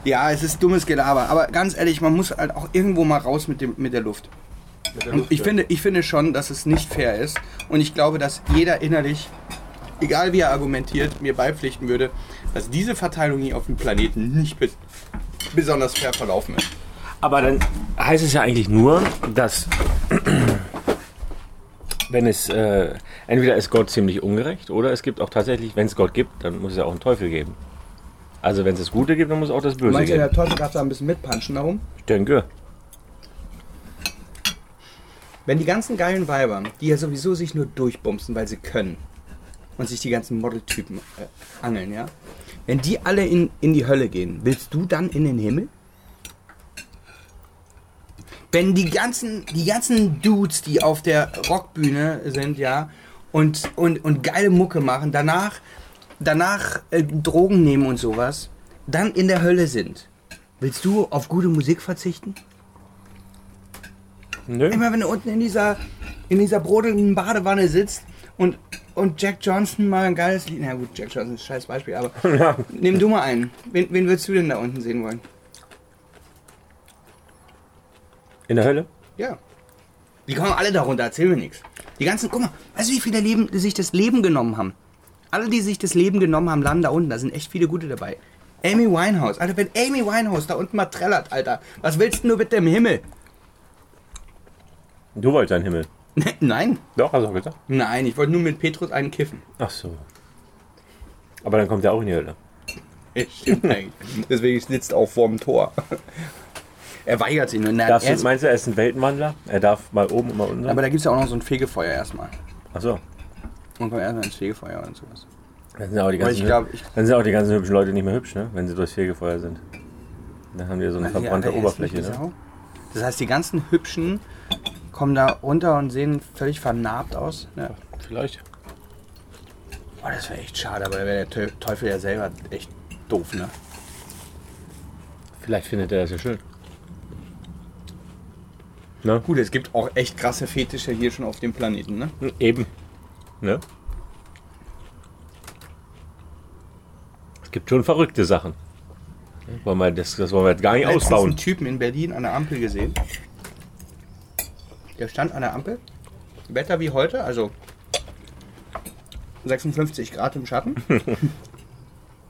[SPEAKER 2] Ja, es ist dummes Gelaber, aber ganz ehrlich, man muss halt auch irgendwo mal raus mit, dem, mit der Luft. Und ich, finde, ich finde schon, dass es nicht fair ist und ich glaube, dass jeder innerlich, egal wie er argumentiert, mir beipflichten würde, dass diese Verteilung hier auf dem Planeten nicht bis- besonders fair verlaufen ist.
[SPEAKER 1] Aber dann heißt es ja eigentlich nur, dass wenn es äh, entweder ist Gott ziemlich ungerecht oder es gibt auch tatsächlich, wenn es Gott gibt, dann muss es ja auch einen Teufel geben. Also wenn es das Gute gibt, dann muss es auch das Böse
[SPEAKER 2] Meinst du, der
[SPEAKER 1] geben.
[SPEAKER 2] Teufel darf da ein bisschen mitpanschen darum?
[SPEAKER 1] Ich denke.
[SPEAKER 2] Wenn die ganzen geilen Weiber, die ja sowieso sich nur durchbumsen, weil sie können, und sich die ganzen Modeltypen äh, angeln, ja? Wenn die alle in, in die Hölle gehen, willst du dann in den Himmel? Wenn die ganzen, die ganzen Dudes, die auf der Rockbühne sind, ja, und, und, und geile Mucke machen, danach, danach äh, Drogen nehmen und sowas, dann in der Hölle sind, willst du auf gute Musik verzichten?
[SPEAKER 1] Nö.
[SPEAKER 2] Immer wenn du unten in dieser, in dieser brodeligen Badewanne sitzt und, und Jack Johnson mal ein geiles Lied. Na gut, Jack Johnson ist ein scheiß Beispiel, aber nimm du mal einen. Wen, wen würdest du denn da unten sehen wollen?
[SPEAKER 1] In der Hölle?
[SPEAKER 2] Ja. Die kommen alle darunter, erzähl mir nichts. Die ganzen, guck mal, weißt du, wie viele Leben, die sich das Leben genommen haben? Alle, die sich das Leben genommen haben, landen da unten. Da sind echt viele gute dabei. Amy Winehouse, Alter, wenn Amy Winehouse da unten mal trällert, Alter, was willst du nur bitte im Himmel?
[SPEAKER 1] Du wolltest einen Himmel.
[SPEAKER 2] Nein,
[SPEAKER 1] Doch, hast du auch gesagt.
[SPEAKER 2] nein, ich wollte nur mit Petrus einen kiffen.
[SPEAKER 1] Ach so. Aber dann kommt er auch in die Hölle.
[SPEAKER 2] Stimmt eigentlich. Deswegen sitzt er auch vorm Tor. Er weigert sich nur. Na,
[SPEAKER 1] Darfst
[SPEAKER 2] er
[SPEAKER 1] du,
[SPEAKER 2] ist-
[SPEAKER 1] meinst du, er ist ein Weltenwandler? Er darf mal oben und mal unten
[SPEAKER 2] aber
[SPEAKER 1] sein?
[SPEAKER 2] da gibt es ja auch noch so ein Fegefeuer erstmal.
[SPEAKER 1] Ach so.
[SPEAKER 2] Man kommt erstmal ins Fegefeuer und sowas.
[SPEAKER 1] Dann sind, auch die
[SPEAKER 2] Aber
[SPEAKER 1] ganzen,
[SPEAKER 2] ich glaub, ich-
[SPEAKER 1] dann sind auch die ganzen hübschen Leute nicht mehr hübsch, ne? wenn sie durchs Fegefeuer sind. Dann haben die so eine
[SPEAKER 2] Also die
[SPEAKER 1] verbrannte
[SPEAKER 2] alle
[SPEAKER 1] Oberfläche.
[SPEAKER 2] hässliche
[SPEAKER 1] Ne?
[SPEAKER 2] Sau. Das heißt, die ganzen Hübschen kommen da runter und sehen völlig vernarbt aus. Ja.
[SPEAKER 1] Vielleicht.
[SPEAKER 2] Boah, das wäre echt schade, aber da wäre der Teu- Teufel ja selber echt doof, ne?
[SPEAKER 1] Vielleicht findet er das ja schön. Ne?
[SPEAKER 2] Gut, es gibt auch echt krasse Fetische hier schon auf dem Planeten, ne?
[SPEAKER 1] Hm, Eben. Ne? Es gibt schon verrückte Sachen. Ne? Wollen wir das, das wollen wir jetzt gar nicht
[SPEAKER 2] Letztens einen
[SPEAKER 1] ausbauen.
[SPEAKER 2] Typen in Berlin an der Ampel gesehen. Der stand an der Ampel. Wetter wie heute, also 56 Grad im Schatten.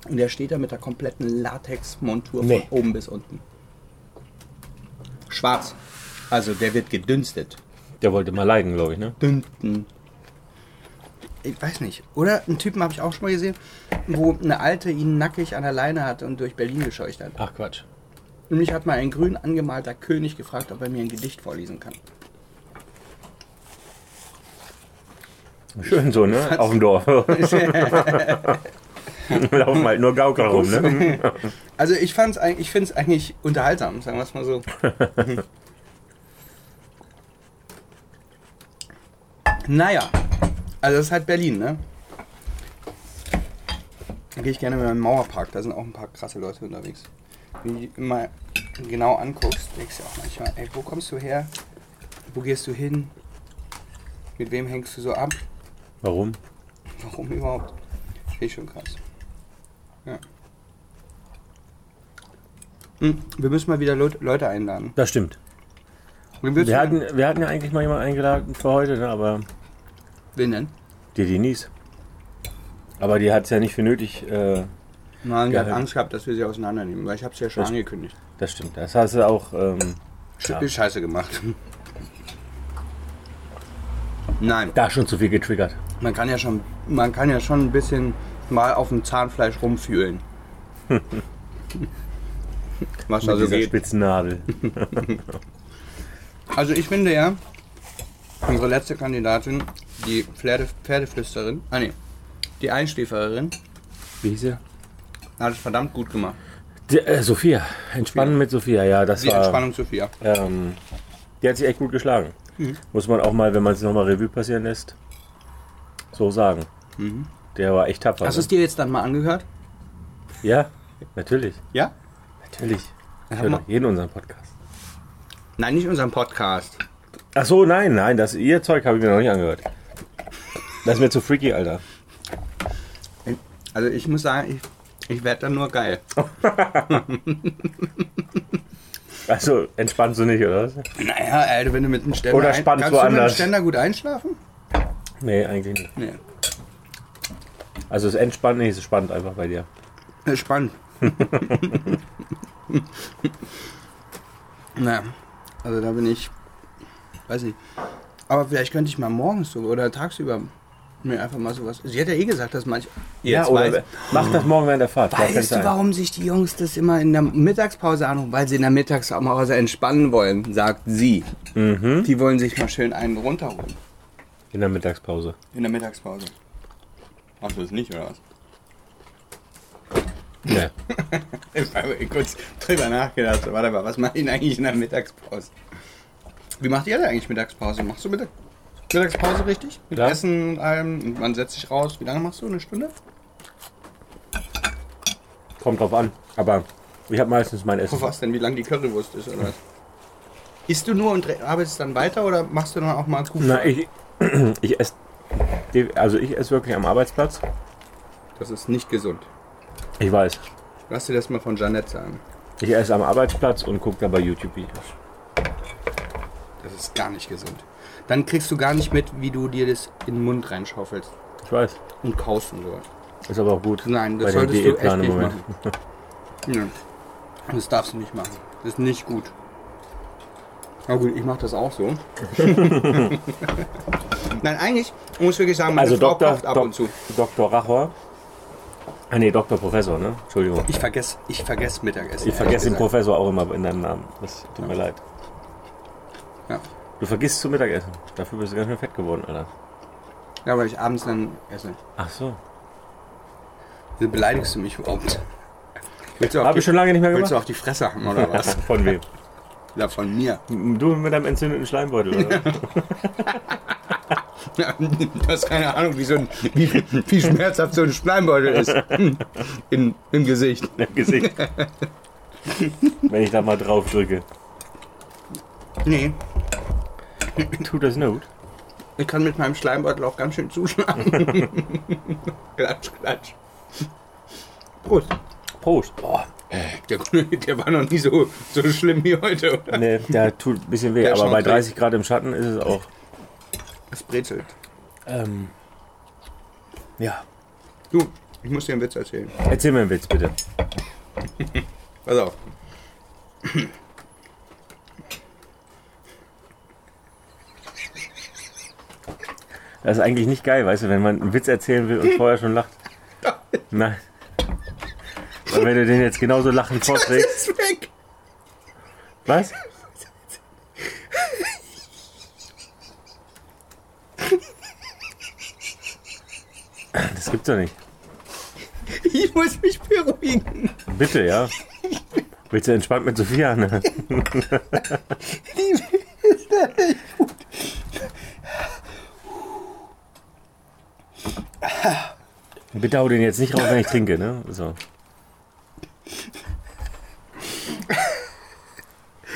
[SPEAKER 2] Und der steht da mit der kompletten Latexmontur von
[SPEAKER 1] Nee.
[SPEAKER 2] oben bis unten. Schwarz. Also der wird gedünstet.
[SPEAKER 1] Der wollte mal leiden, glaube ich. Ne?
[SPEAKER 2] Dünsten. Ich weiß nicht. Oder einen Typen habe ich auch schon mal gesehen, wo eine Alte ihn nackig an der Leine hat und durch Berlin gescheucht hat.
[SPEAKER 1] Ach Quatsch.
[SPEAKER 2] Und mich hat mal ein grün angemalter König gefragt, ob er mir ein Gedicht vorlesen kann.
[SPEAKER 1] Schön so, ne? Auf dem Dorf. Laufen halt nur Gauker rum, ne?
[SPEAKER 2] Also ich fand's eigentlich, ich find's eigentlich unterhaltsam, sagen wir es mal so. naja, also das ist halt Berlin, ne? Da gehe ich gerne mal in den Mauerpark, da sind auch ein paar krasse Leute unterwegs. Wenn du die immer genau anguckst, denkst du auch manchmal, ey, wo kommst du her? Wo gehst du hin? Mit wem hängst du so ab?
[SPEAKER 1] Warum?
[SPEAKER 2] Warum überhaupt? Finde ich schon krass. Ja. Hm, wir müssen mal wieder Leut- Leute einladen.
[SPEAKER 1] Das stimmt.
[SPEAKER 2] Wen würdest
[SPEAKER 1] Wir
[SPEAKER 2] du-
[SPEAKER 1] hatten, wir hatten ja eigentlich mal jemanden eingeladen für heute, ne? aber genau.
[SPEAKER 2] Wen denn?
[SPEAKER 1] die Denise. Aber die hat es ja nicht für nötig. Äh,
[SPEAKER 2] Nein, ich habe
[SPEAKER 1] Geil.
[SPEAKER 2] Angst gehabt, dass wir sie auseinandernehmen, weil ich habe es ja schon
[SPEAKER 1] Das-
[SPEAKER 2] angekündigt.
[SPEAKER 1] das stimmt. Das hast du auch. Ähm,
[SPEAKER 2] Sch
[SPEAKER 1] Ja.
[SPEAKER 2] Scheiße gemacht. Nein,
[SPEAKER 1] da schon zu viel getriggert.
[SPEAKER 2] man kann ja schon, man kann ja schon ein bisschen mal auf dem Zahnfleisch rumfühlen. Was
[SPEAKER 1] Mit
[SPEAKER 2] also
[SPEAKER 1] dieser
[SPEAKER 2] geht.
[SPEAKER 1] Spitzennadel.
[SPEAKER 2] Also ich finde ja, unsere letzte Kandidatin, die Pferde, Pferdeflüsterin, ah nee, die Einschläferin, wie hieß sie? Hat es verdammt gut gemacht.
[SPEAKER 1] Die, äh, Sophia. Entspannen mit Sophia, ja. Das
[SPEAKER 2] Die
[SPEAKER 1] war.
[SPEAKER 2] Entspannung Sophia.
[SPEAKER 1] Ähm, die hat sich echt gut geschlagen.
[SPEAKER 2] Mhm.
[SPEAKER 1] Muss man auch mal, wenn man es nochmal Revue passieren lässt, so sagen.
[SPEAKER 2] Mhm.
[SPEAKER 1] Der war echt tapfer.
[SPEAKER 2] Hast du
[SPEAKER 1] ne?
[SPEAKER 2] es dir jetzt dann mal angehört?
[SPEAKER 1] Ja, natürlich.
[SPEAKER 2] Ja?
[SPEAKER 1] Natürlich. Ich
[SPEAKER 2] hab
[SPEAKER 1] höre
[SPEAKER 2] mal-
[SPEAKER 1] doch jeden unseren Podcast.
[SPEAKER 2] Nein, nicht unseren Podcast.
[SPEAKER 1] Ach so, nein, nein, das ihr Zeug habe ich mir noch nicht angehört. Das ist mir zu freaky, Alter.
[SPEAKER 2] Also ich muss sagen, ich, ich werde dann nur geil.
[SPEAKER 1] Also entspannst du nicht, oder was?
[SPEAKER 2] Naja, Alter, wenn du mit dem Ständer...
[SPEAKER 1] Oder spannend
[SPEAKER 2] kannst du mit dem
[SPEAKER 1] woanders.
[SPEAKER 2] Ständer gut einschlafen?
[SPEAKER 1] Nee, eigentlich nicht.
[SPEAKER 2] Nee.
[SPEAKER 1] Also es ist entspannt, nee, es ist spannend einfach bei dir.
[SPEAKER 2] Das ist spannend. naja, also da bin ich, weiß nicht. Aber vielleicht könnte ich mal morgens so oder tagsüber mir einfach mal sowas. Sie hat ja eh gesagt, dass manch.
[SPEAKER 1] ja,
[SPEAKER 2] Jetzt
[SPEAKER 1] oder
[SPEAKER 2] weiß-
[SPEAKER 1] mach das morgen während der Fahrt. Da kannst
[SPEAKER 2] Weißt du,
[SPEAKER 1] ein-
[SPEAKER 2] warum sich die Jungs das immer in der Mittagspause anrufen? Weil sie in der Mittagspause entspannen wollen, sagt sie.
[SPEAKER 1] Mhm.
[SPEAKER 2] Die wollen sich mal schön einen runterholen
[SPEAKER 1] In der Mittagspause.
[SPEAKER 2] in der Mittagspause.
[SPEAKER 3] Hast du es nicht, oder was?
[SPEAKER 1] Nee.
[SPEAKER 3] Ich habe kurz drüber nachgedacht. so, Warte mal, was mache ich denn eigentlich in der Mittagspause?
[SPEAKER 2] Wie macht ihr denn eigentlich Mittagspause? Machst du Mittag Mittagspause richtig? Mit
[SPEAKER 1] Klar.
[SPEAKER 2] Essen und allem? Und man setzt sich raus. Wie lange machst du? Eine Stunde?
[SPEAKER 1] Kommt drauf an. Aber ich habe meistens mein Essen.
[SPEAKER 2] Auf was denn? Wie lang die Currywurst ist oder was? Isst du nur und re- arbeitest dann weiter oder machst du dann auch mal Kuchen?
[SPEAKER 1] Na, ich, ich esse. Also ich esse wirklich am Arbeitsplatz.
[SPEAKER 2] Das ist nicht gesund.
[SPEAKER 1] Ich weiß.
[SPEAKER 2] Lass dir das mal von Janette sagen.
[SPEAKER 1] Ich esse am Arbeitsplatz und gucke dabei YouTube-Videos.
[SPEAKER 2] Das ist gar nicht gesund. Dann kriegst du gar nicht mit, wie du dir das in den Mund reinschaufelst
[SPEAKER 1] Ich weiß.
[SPEAKER 2] und kaust und sowas.
[SPEAKER 1] Ist aber auch gut.
[SPEAKER 2] Nein, das
[SPEAKER 1] Bei dem
[SPEAKER 2] solltest du echt
[SPEAKER 1] Diätplan im
[SPEAKER 2] nicht
[SPEAKER 1] Moment.
[SPEAKER 2] machen. Nein, das darfst du nicht machen. Das ist nicht gut. Na gut, ich mache das auch so. Nein, eigentlich muss ich wirklich sagen, meine
[SPEAKER 1] Also
[SPEAKER 2] Frau
[SPEAKER 1] Doktor,
[SPEAKER 2] kocht ab
[SPEAKER 1] Dok-
[SPEAKER 2] und zu.
[SPEAKER 1] Dr. Rachor. Ah nee, Dr. Professor, ne? Entschuldigung.
[SPEAKER 2] Ich vergesse ich vergess Mittagessen.
[SPEAKER 1] Ich vergesse den
[SPEAKER 2] ehrlich gesagt.
[SPEAKER 1] Professor auch immer in deinem Namen. Das tut mir leid.
[SPEAKER 2] Ja.
[SPEAKER 1] Du vergisst zu Mittagessen. Dafür bist du ganz schön fett geworden, Alter.
[SPEAKER 2] ja, weil ich abends dann esse.
[SPEAKER 1] Ach so.
[SPEAKER 2] Wieso beleidigst du mich überhaupt? Willst du, auf
[SPEAKER 1] Habe
[SPEAKER 2] die,
[SPEAKER 1] ich schon lange nicht mehr
[SPEAKER 2] willst du
[SPEAKER 1] gemacht.
[SPEAKER 2] auf die Fresse haben oder was?
[SPEAKER 1] Von wem?
[SPEAKER 2] ja, von mir.
[SPEAKER 1] Du mit deinem entzündeten Schleimbeutel, oder?
[SPEAKER 2] Ja, Du hast keine Ahnung, wie, so ein, wie, wie schmerzhaft so ein Schleimbeutel ist. In, Im Gesicht.
[SPEAKER 1] im Gesicht. Wenn ich da mal drauf drücke.
[SPEAKER 2] Nee,
[SPEAKER 1] Tut das not?
[SPEAKER 2] ich kann mit meinem Schleimbeutel auch ganz schön zuschlagen. klatsch, klatsch. Prost.
[SPEAKER 1] Prost. Boah.
[SPEAKER 2] Der, der war noch nie so, so schlimm wie heute, oder?
[SPEAKER 1] Nee, da tut ein bisschen weh,
[SPEAKER 2] Der
[SPEAKER 1] aber bei
[SPEAKER 2] Schaum trägt.
[SPEAKER 1] 30 Grad im Schatten ist es auch.
[SPEAKER 2] Es brezelt.
[SPEAKER 1] Ähm, ja.
[SPEAKER 2] Du, ich muss dir einen Witz erzählen.
[SPEAKER 1] Erzähl mir einen Witz, bitte.
[SPEAKER 2] Pass auf.
[SPEAKER 1] Das ist eigentlich nicht geil, weißt du, wenn man einen Witz erzählen will und vorher schon lacht. Nein. Und wenn du den jetzt genauso lachend vorträgst.
[SPEAKER 2] ist weg.
[SPEAKER 1] Was? Das gibt's doch nicht.
[SPEAKER 2] Ich muss mich beruhigen.
[SPEAKER 1] Bitte, ja. Willst du entspannt mit Sophia? Ne? Bitte hau den jetzt nicht raus, wenn ich trinke, ne? So.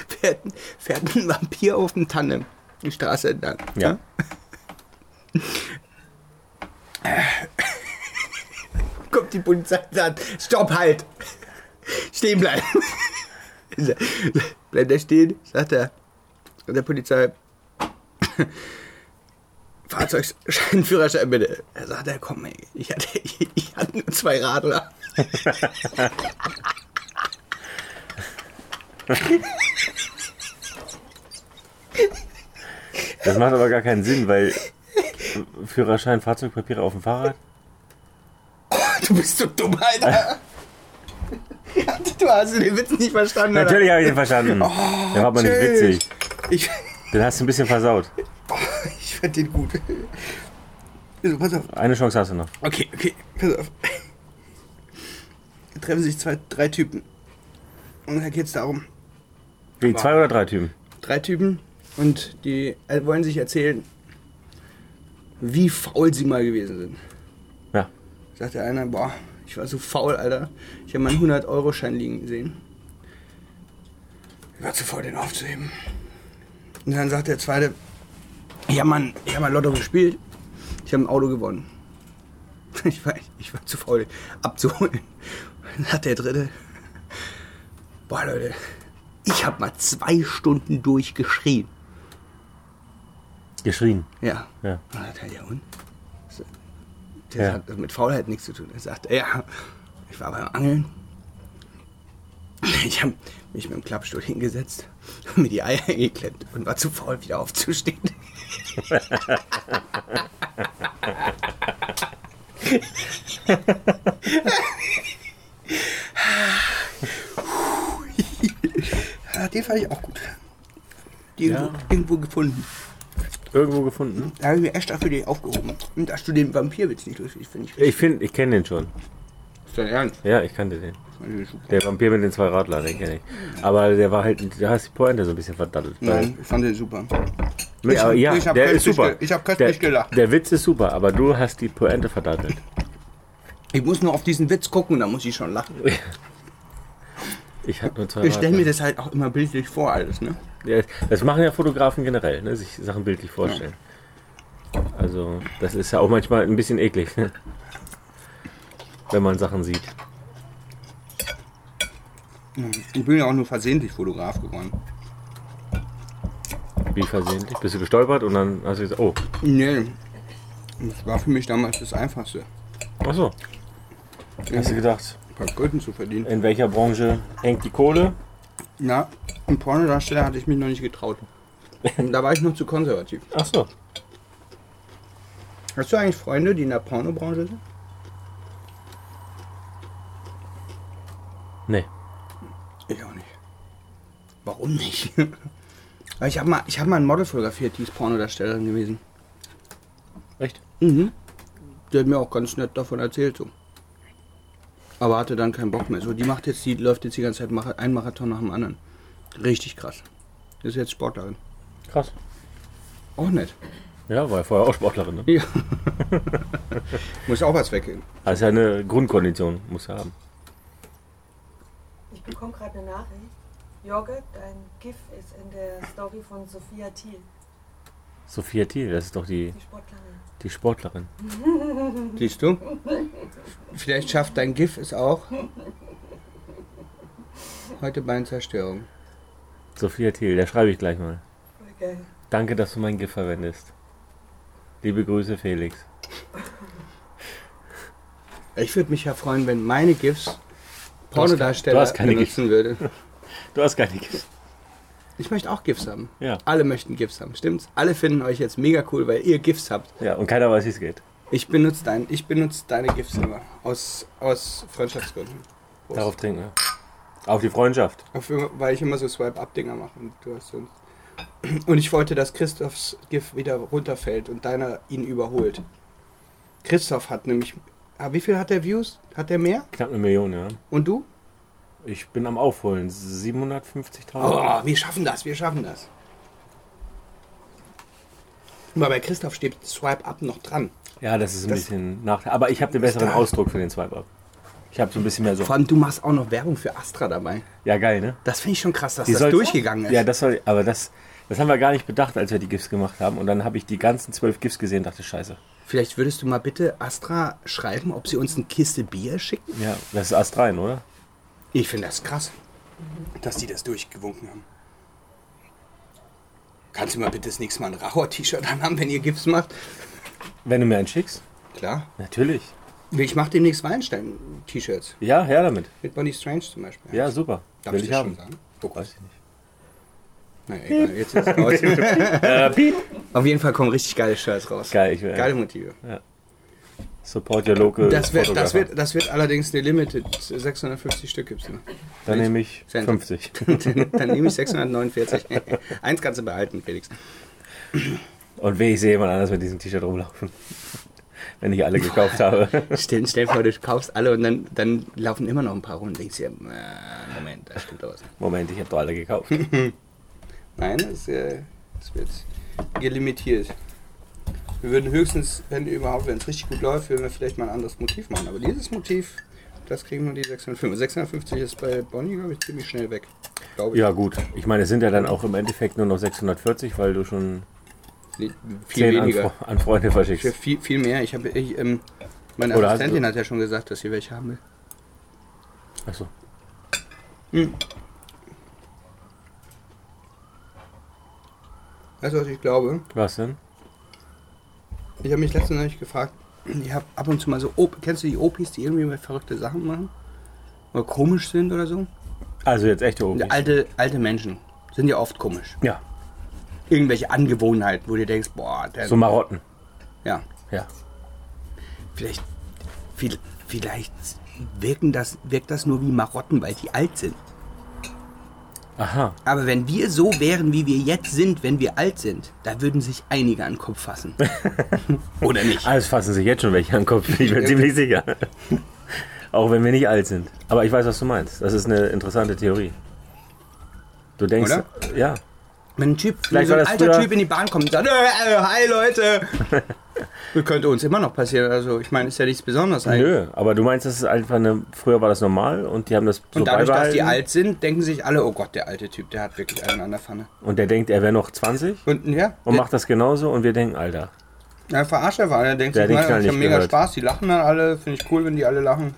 [SPEAKER 2] Fährt, fährt ein Vampir auf dem Tandem die Straße entlang. ne?
[SPEAKER 1] Ja.
[SPEAKER 2] kommt die Polizei und sagt, stopp, halt. Stehen bleiben. Bleibt er stehen, sagt er. Und der Polizei, Fahrzeugscheinführerschein bitte. Er sagt, er, komm, ey, ich hatte, ich, hatte nur zwei Radler.
[SPEAKER 1] Das macht aber gar keinen Sinn, weil Führerschein, Fahrzeugpapiere auf dem Fahrrad.
[SPEAKER 2] Du bist so dumm, Alter. Du hast den Witz nicht verstanden, oder?
[SPEAKER 1] Natürlich habe ich den verstanden. Der war aber nicht
[SPEAKER 2] tschüss.
[SPEAKER 1] witzig.
[SPEAKER 2] Ich,
[SPEAKER 1] Den hast du ein bisschen versaut.
[SPEAKER 2] ich fand den gut. Also, pass auf.
[SPEAKER 1] Eine Chance hast du noch.
[SPEAKER 2] Okay, okay, pass auf. Da treffen sich zwei, drei Typen. Und da geht's darum.
[SPEAKER 1] Gegen zwei oder drei Typen.
[SPEAKER 2] Drei Typen und die äh, wollen sich erzählen, wie faul sie mal gewesen sind.
[SPEAKER 1] Ja.
[SPEAKER 2] Sagt der eine, boah, ich war so faul, Alter. Ich habe meinen 100-Euro-Schein liegen gesehen. Ich war zu faul, den aufzuheben. Und dann sagt der zweite, ich habe mein, ich hab mein Lotto gespielt, ich habe ein Auto gewonnen. Ich war, ich war zu faul, abzuholen. Dann sagt der dritte, boah Leute, ich habe mal zwei Stunden durchgeschrien.
[SPEAKER 1] Geschrien.
[SPEAKER 2] Ja.
[SPEAKER 1] Ja.
[SPEAKER 2] Und hat er, ja und? So, Das
[SPEAKER 1] Ja.
[SPEAKER 2] hat mit Faulheit nichts zu tun. Er sagt, ja, ich war beim Angeln. Ich habe mich mit dem Klappstuhl hingesetzt und mir die Eier geklemmt und war zu faul, wieder aufzustehen. Ja, Den fand ich auch gut. Die
[SPEAKER 1] Ja.
[SPEAKER 2] irgendwo, irgendwo gefunden.
[SPEAKER 1] irgendwo gefunden?
[SPEAKER 2] Da habe ich mir extra für dich aufgehoben. Und dass du den Vampirwitz nicht lustig findest.
[SPEAKER 1] Ich finde, ich kenne den schon.
[SPEAKER 2] Ist dein Ernst?
[SPEAKER 1] Ja, ich kannte den.
[SPEAKER 2] Super.
[SPEAKER 1] Der Vampir mit den zwei Radlern, den kenne ich. Aber der war halt, da hast die Pointe so ein bisschen verdattelt.
[SPEAKER 2] Nein, ich fand den super.
[SPEAKER 1] Nee, aber ja,
[SPEAKER 2] ich hab
[SPEAKER 1] der ist
[SPEAKER 2] köstlich
[SPEAKER 1] super.
[SPEAKER 2] ge- ich hab
[SPEAKER 1] der,
[SPEAKER 2] köstlich gelacht.
[SPEAKER 1] Der Witz ist super, aber du hast die Pointe verdattelt.
[SPEAKER 2] Ich muss nur auf diesen Witz gucken, da muss ich schon lachen.
[SPEAKER 1] Ich habe nur zwei
[SPEAKER 2] Ich stelle
[SPEAKER 1] Radler.
[SPEAKER 2] mir das halt auch immer bildlich vor, alles, ne?
[SPEAKER 1] Ja, das machen ja Fotografen generell, ne? sich Sachen bildlich vorstellen. Also, das ist ja auch manchmal ein bisschen eklig, ne? wenn man Sachen sieht.
[SPEAKER 2] Ich bin ja auch nur versehentlich Fotograf geworden.
[SPEAKER 1] Wie versehentlich. Bist du gestolpert und dann hast du gesagt, oh,
[SPEAKER 2] Nee. Das war für mich damals das Einfachste.
[SPEAKER 1] ach so. Hast du gedacht,
[SPEAKER 2] Ein paar Gulden zu verdienen.
[SPEAKER 1] in welcher Branche hängt die Kohle?
[SPEAKER 2] Na, ein Pornodarsteller hatte ich mich noch nicht getraut. Da war ich noch zu konservativ.
[SPEAKER 1] Ach so.
[SPEAKER 2] Hast du eigentlich Freunde, die in der Pornobranche sind?
[SPEAKER 1] Nee.
[SPEAKER 2] Ich auch nicht. Warum nicht? Aber ich habe mal, ich hab mal ein Model fotografiert, die ist Pornodarstellerin gewesen.
[SPEAKER 1] Echt?
[SPEAKER 2] Mhm. Die hat mir auch ganz nett davon erzählt. So. Aber hatte dann keinen Bock mehr. So, die macht jetzt, die läuft jetzt die ganze Zeit Mara- einen Marathon nach dem anderen. Richtig krass. Ist jetzt Sportlerin.
[SPEAKER 1] Krass.
[SPEAKER 2] Auch nett.
[SPEAKER 1] Ja, war ja vorher auch Sportlerin. Ne?
[SPEAKER 2] Ja. Muss auch was weggehen.
[SPEAKER 1] Das ist ja eine Grundkondition, muss er haben.
[SPEAKER 4] Ich bekomme gerade eine Nachricht. Jorge, dein GIF ist in der Story von Sophia Thiel,
[SPEAKER 1] Sophia Thiel, das ist doch die,
[SPEAKER 4] die Sportlerin.
[SPEAKER 1] die Sportlerin.
[SPEAKER 2] Siehst du? Vielleicht schafft dein GIF es auch. Heute Beinzerstörung.
[SPEAKER 1] Sophia Thiel, da schreibe ich gleich mal.
[SPEAKER 4] Voll geil.
[SPEAKER 1] Danke, dass du mein GIF verwendest. Liebe Grüße, Felix.
[SPEAKER 2] Ich würde mich ja freuen, wenn meine GIFs
[SPEAKER 1] Du hast keine- du
[SPEAKER 2] Pornodarsteller
[SPEAKER 1] hast keine
[SPEAKER 2] benutzen würde.
[SPEAKER 1] Du hast keine GIFs.
[SPEAKER 2] Ich möchte auch GIFs haben.
[SPEAKER 1] Ja.
[SPEAKER 2] Alle möchten GIFs haben, stimmt's? Alle finden euch jetzt mega cool, weil ihr GIFs habt.
[SPEAKER 1] Ja, und keiner weiß, wie es geht.
[SPEAKER 2] Ich benutze, dein, ich benutze deine GIFs immer. Aus, aus Freundschaftsgründen. Prost.
[SPEAKER 1] Darauf trinken wir. Auf die Freundschaft.
[SPEAKER 2] Auf, weil ich immer so Swipe-Up-Dinger mache und du hast sonst. Und ich wollte, dass Christophs GIF wieder runterfällt und deiner ihn überholt. Christoph hat nämlich. Ah, Wie viel hat der Views? Hat der mehr?
[SPEAKER 1] Knapp eine Million, ja.
[SPEAKER 2] Und du?
[SPEAKER 1] Ich bin am Aufholen. 750.000.
[SPEAKER 2] Oh, wir schaffen das, wir schaffen das. Aber bei Christoph steht Swipe Up noch dran.
[SPEAKER 1] Ja, das ist ein
[SPEAKER 2] Das-
[SPEAKER 1] bisschen nach. Aber ich habe den besseren
[SPEAKER 2] da-
[SPEAKER 1] Ausdruck für den Swipe-Up. Ich habe so ein bisschen mehr so.
[SPEAKER 2] Vor allem, du machst auch noch Werbung für Astra dabei.
[SPEAKER 1] Ja, geil, ne?
[SPEAKER 2] Das finde ich schon krass, dass
[SPEAKER 1] Die
[SPEAKER 2] das
[SPEAKER 1] soll's-
[SPEAKER 2] durchgegangen ist.
[SPEAKER 1] Ja, das soll. Aber das, das haben wir gar nicht bedacht, als wir die GIFs gemacht haben. Und dann habe ich die ganzen zwölf GIFs gesehen und dachte, scheiße.
[SPEAKER 2] Vielleicht würdest du mal bitte Astra schreiben, ob sie uns eine Kiste Bier schicken?
[SPEAKER 1] Ja, das ist Ast rein, oder?
[SPEAKER 2] Ich finde das krass, dass die das durchgewunken haben. Kannst du mal bitte das nächste Mal ein Rachor-T-Shirt anhaben, wenn ihr Gips macht?
[SPEAKER 1] Wenn du mir einen schickst?
[SPEAKER 2] Klar.
[SPEAKER 1] Natürlich.
[SPEAKER 2] Ich mache demnächst Weinstein-T-Shirts.
[SPEAKER 1] Ja, her damit.
[SPEAKER 2] Mit Bonnie Strange zum Beispiel.
[SPEAKER 1] Ja, super.
[SPEAKER 2] Darf
[SPEAKER 1] Will
[SPEAKER 2] ich
[SPEAKER 1] ich
[SPEAKER 2] das
[SPEAKER 1] haben.
[SPEAKER 2] schon sagen? Oh,
[SPEAKER 1] Weiß ich nicht.
[SPEAKER 2] Naja, egal, jetzt ist es raus.
[SPEAKER 1] Äh, piep.
[SPEAKER 2] Auf jeden Fall kommen richtig geile Shirts raus.
[SPEAKER 1] Geil, ich will.
[SPEAKER 2] Geile Motive.
[SPEAKER 1] Support your local.
[SPEAKER 2] Das wird, das,
[SPEAKER 1] Photographer.
[SPEAKER 2] wird, das wird allerdings eine Limited. 650 Stück gibt's nur.
[SPEAKER 1] Dann nehme ich
[SPEAKER 2] Cent.
[SPEAKER 1] 50.
[SPEAKER 2] Dann nehme ich 649. Eins kannst du behalten, Felix.
[SPEAKER 1] Und weh, ich sehe jemand anders mit diesem T-Shirt rumlaufen. Wenn ich alle gekauft habe.
[SPEAKER 2] Stell, stell vor, du kaufst alle und dann, dann laufen immer noch ein paar rum und denkst dir, äh, Moment, das stimmt doch was. nicht.
[SPEAKER 1] Moment, ich habe doch alle gekauft.
[SPEAKER 2] Nein, es, äh, es wird gelimitiert. Wir würden höchstens, wenn überhaupt, wenn es richtig gut läuft, würden wir vielleicht mal ein anderes Motiv machen. Aber dieses Motiv, das kriegen wir die 650. 650 ist bei Bonnie, glaube ich, ziemlich schnell weg. Glaube ich.
[SPEAKER 1] Ja, gut. Ich meine, es sind ja dann auch im Endeffekt nur noch 640, weil du schon
[SPEAKER 2] Nee, viel
[SPEAKER 1] 10 an,
[SPEAKER 2] weniger.
[SPEAKER 1] Fre- an Freunde
[SPEAKER 2] Ich will
[SPEAKER 1] verschickst.
[SPEAKER 2] viel, viel mehr. Ich habe, ich, ähm, meine
[SPEAKER 1] Oder hast
[SPEAKER 2] Assistentin
[SPEAKER 1] du-
[SPEAKER 2] hat ja schon gesagt, dass sie welche haben will.
[SPEAKER 1] Achso.
[SPEAKER 2] Weißt du, was ich glaube?
[SPEAKER 1] Was denn?
[SPEAKER 2] Ich habe mich letztens neulich gefragt, ich habe ab und zu mal so, Op kennst du die Opis, die irgendwie mal verrückte Sachen machen? Oder komisch sind oder so?
[SPEAKER 1] Also jetzt echte Obi.
[SPEAKER 2] Alte, alte Menschen sind ja oft komisch.
[SPEAKER 1] Ja,
[SPEAKER 2] Irgendwelche Angewohnheiten, wo du denkst, boah, der,
[SPEAKER 1] so Marotten.
[SPEAKER 2] ja,
[SPEAKER 1] Ja.
[SPEAKER 2] vielleicht, viel, vielleicht wirken das, wirkt das nur wie Marotten, weil die alt sind.
[SPEAKER 1] Aha.
[SPEAKER 2] Aber wenn wir so wären, wie wir jetzt sind, wenn wir alt sind, da würden sich einige an den Kopf fassen. Oder nicht?
[SPEAKER 1] Alles fassen sich jetzt schon welche an den Kopf, bin ich mir ziemlich sicher. Auch wenn wir nicht alt sind. Aber ich weiß, was du meinst. Das ist eine interessante Theorie. Du denkst, ja,
[SPEAKER 2] Wenn ein Typ, wenn
[SPEAKER 1] Vielleicht
[SPEAKER 2] so ein
[SPEAKER 1] war das
[SPEAKER 2] alter
[SPEAKER 1] früher-
[SPEAKER 2] Typ in die Bahn kommt und sagt, "Äh, äh, hi Leute. das könnte uns immer noch passieren. Also ich meine, ist ja nichts Besonderes eigentlich.
[SPEAKER 1] nö. Aber du meinst, das ist einfach eine. Früher war das normal und die haben das so
[SPEAKER 2] Und dadurch, dass die
[SPEAKER 1] beibehalten.
[SPEAKER 2] alt sind, denken sich alle, oh Gott, der alte Typ, der hat wirklich einen an der Pfanne.
[SPEAKER 1] und der denkt, er wäre noch 20
[SPEAKER 2] Und ja,
[SPEAKER 1] und macht das genauso und wir denken, Alter.
[SPEAKER 2] Ja, verarscht einfach einer. Denkt
[SPEAKER 1] Der
[SPEAKER 2] sich,
[SPEAKER 1] hat den
[SPEAKER 2] mal,
[SPEAKER 1] Knall
[SPEAKER 2] ich hab
[SPEAKER 1] nicht
[SPEAKER 2] mega
[SPEAKER 1] gehört.
[SPEAKER 2] Spaß. Die lachen dann alle. Finde ich cool, wenn die alle lachen.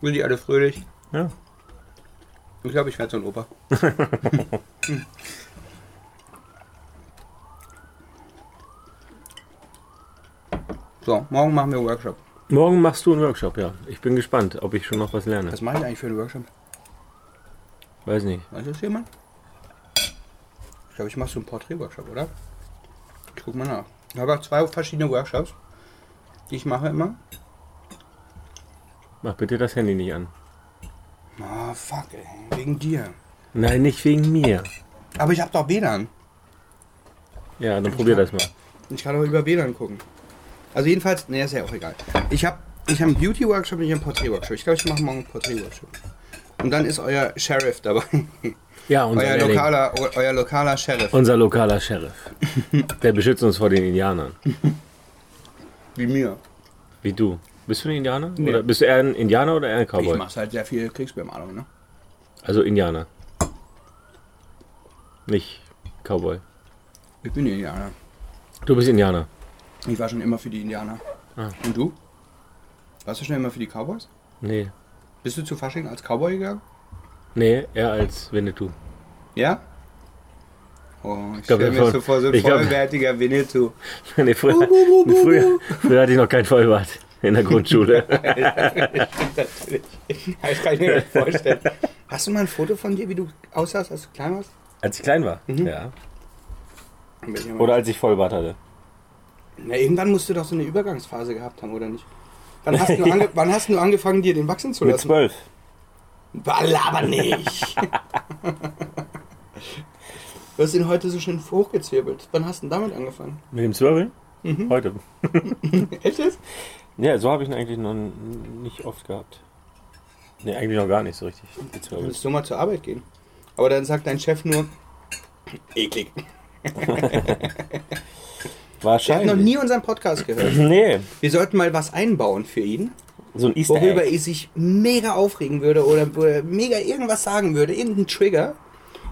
[SPEAKER 2] Sind die alle fröhlich.
[SPEAKER 1] Ja.
[SPEAKER 2] Ich glaube, ich werde so ein Opa. Hm. so, morgen machen wir einen Workshop.
[SPEAKER 1] Morgen machst du einen Workshop, ja. Ich bin gespannt, ob ich schon noch was lerne.
[SPEAKER 2] Was mache ich eigentlich für einen Workshop?
[SPEAKER 1] Weiß nicht.
[SPEAKER 2] Weiß das jemand? Ich glaube, ich mache so einen Porträt-Workshop, oder? Ich guck mal nach. Ich habe auch zwei verschiedene Workshops, die ich mache immer.
[SPEAKER 1] Mach bitte das Handy nicht an.
[SPEAKER 2] Ah, fuck, ey. Wegen dir.
[SPEAKER 1] Nein, nicht wegen mir.
[SPEAKER 2] Aber ich habe doch WLAN.
[SPEAKER 1] Ja, dann probier das mal.
[SPEAKER 2] Ich kann auch über WLAN gucken. Also jedenfalls, nee, ist ja auch egal. Ich habe ich hab einen Beauty-Workshop und ich habe einen Porträt-Workshop. Ich glaube, ich mache morgen einen Porträt-Workshop. Und dann ist euer Sheriff dabei.
[SPEAKER 1] Ja, unser,
[SPEAKER 2] euer,
[SPEAKER 1] Lehrling.
[SPEAKER 2] lokaler, eu- euer lokaler Sheriff.
[SPEAKER 1] unser lokaler Sheriff. Der beschützt uns vor den Indianern.
[SPEAKER 2] Wie mir.
[SPEAKER 1] Wie du. Bist du ein Indianer?
[SPEAKER 2] Nee.
[SPEAKER 1] Oder bist du eher ein Indianer oder eher ein
[SPEAKER 2] Ich
[SPEAKER 1] Cowboy?
[SPEAKER 2] mache halt sehr viel Kriegsbemalung, ne?
[SPEAKER 1] Also Indianer. Nicht Cowboy.
[SPEAKER 2] Ich bin Indianer.
[SPEAKER 1] Du bist Indianer.
[SPEAKER 2] Ich war schon immer für die Indianer.
[SPEAKER 1] Ah.
[SPEAKER 2] Und du? Warst du schon immer für die Cowboys?
[SPEAKER 1] Nee.
[SPEAKER 2] Bist du zu Fasching als Cowboy gegangen?
[SPEAKER 1] Nee, eher als Winnetou.
[SPEAKER 2] Ja? Oh, ich,
[SPEAKER 1] glaub,
[SPEAKER 2] stell mir
[SPEAKER 1] davon-
[SPEAKER 2] so vor, so ein
[SPEAKER 1] ich glaub-
[SPEAKER 2] vollwertiger Winnetou.
[SPEAKER 1] Nee, früher, früher, früher hatte ich noch keinen Vollbart in der Grundschule.
[SPEAKER 2] Ich kann mir das vorstellen. Hast du mal ein Foto von dir, wie du aussahst, als du klein warst?
[SPEAKER 1] als ich klein war. Ja.
[SPEAKER 2] Oder
[SPEAKER 1] Mhm. Oder als ich Vollbart hatte.
[SPEAKER 2] Na, irgendwann musst du doch so eine Übergangsphase gehabt haben, oder nicht? Wann hast du, ange wann hast du angefangen, dir den wachsen zu
[SPEAKER 1] Mit
[SPEAKER 2] lassen?
[SPEAKER 1] zwölf.
[SPEAKER 2] Ball aber nicht! du hast ihn heute so schön hochgezwirbelt. Wann hast du denn damit angefangen?
[SPEAKER 1] Mit dem Zwirbeln?
[SPEAKER 2] Mhm.
[SPEAKER 1] Heute.
[SPEAKER 2] Echt jetzt?
[SPEAKER 1] Ja, so habe ich ihn eigentlich noch n- nicht oft gehabt. Nee, eigentlich noch gar nicht so richtig
[SPEAKER 2] Du
[SPEAKER 1] gezwirbelt.
[SPEAKER 2] willst so mal zur Arbeit gehen. Aber dann sagt dein Chef nur, eklig. Ich habe
[SPEAKER 1] Wahrscheinlich.
[SPEAKER 2] noch nie unseren Podcast gehört.
[SPEAKER 1] Nee,
[SPEAKER 2] Wir sollten mal was einbauen für ihn.
[SPEAKER 1] so ein Easter
[SPEAKER 2] worüber
[SPEAKER 1] Egg.
[SPEAKER 2] er sich mega aufregen würde oder wo er mega irgendwas sagen würde, irgendeinen Trigger.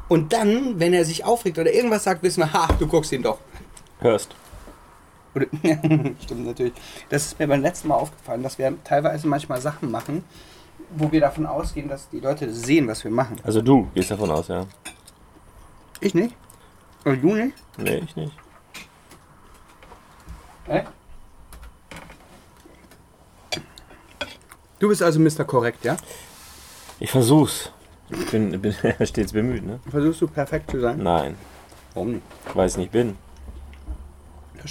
[SPEAKER 2] Und dann, wenn er sich aufregt oder irgendwas sagt, wissen wir, ha, du guckst ihn doch.
[SPEAKER 1] Hörst.
[SPEAKER 2] Oder, stimmt natürlich. Das ist mir beim letzten Mal aufgefallen, dass wir teilweise manchmal Sachen machen, wo wir davon ausgehen, dass die Leute sehen, was wir machen.
[SPEAKER 1] Also du gehst davon aus, ja.
[SPEAKER 2] Ich nicht. Und du nicht?
[SPEAKER 1] Nee, ich nicht.
[SPEAKER 2] Hä? Du bist also Mr. Korrekt, ja?
[SPEAKER 1] Ich versuch's. Ich bin, bin stets bemüht, ne?
[SPEAKER 2] Versuchst du perfekt zu sein?
[SPEAKER 1] Nein,
[SPEAKER 2] Warum nicht?
[SPEAKER 1] weil ich nicht bin.
[SPEAKER 2] Das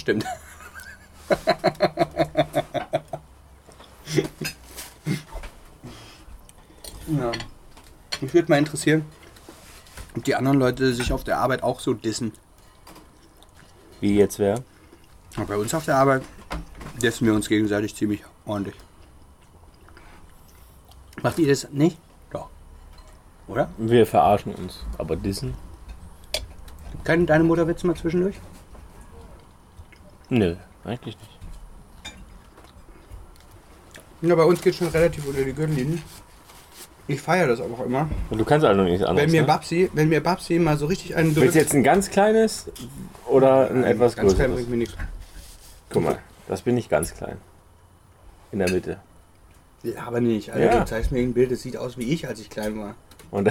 [SPEAKER 2] stimmt. ja. Mich würde mal interessieren, ob die anderen Leute sich auf der Arbeit auch so dissen.
[SPEAKER 1] Wie jetzt wäre.
[SPEAKER 2] Aber bei uns auf der Arbeit dissen wir uns gegenseitig ziemlich ordentlich. Macht ihr das nicht? Doch. Oder?
[SPEAKER 1] Wir verarschen uns. Aber dissen?
[SPEAKER 2] Kann deine Mutter Witze mal zwischendurch?
[SPEAKER 1] Nö, eigentlich nicht.
[SPEAKER 2] Ja, bei uns geht schon relativ unter die Gürtellinie. Ich feiere das aber auch immer.
[SPEAKER 1] Und du kannst also nichts anderes.
[SPEAKER 2] Wenn mir
[SPEAKER 1] ne?
[SPEAKER 2] Babsi, wenn mir Babsi mal so richtig einen
[SPEAKER 1] Willst du jetzt ein ganz kleines oder ein etwas
[SPEAKER 2] Ganz klein
[SPEAKER 1] größeres?
[SPEAKER 2] bringt mir nichts.
[SPEAKER 1] Guck mal, das bin ich ganz klein. In der Mitte.
[SPEAKER 2] Ja, aber nicht. Alter,
[SPEAKER 1] Ja.
[SPEAKER 2] Du zeigst mir ein Bild, das sieht aus wie ich, als ich klein war.
[SPEAKER 1] Und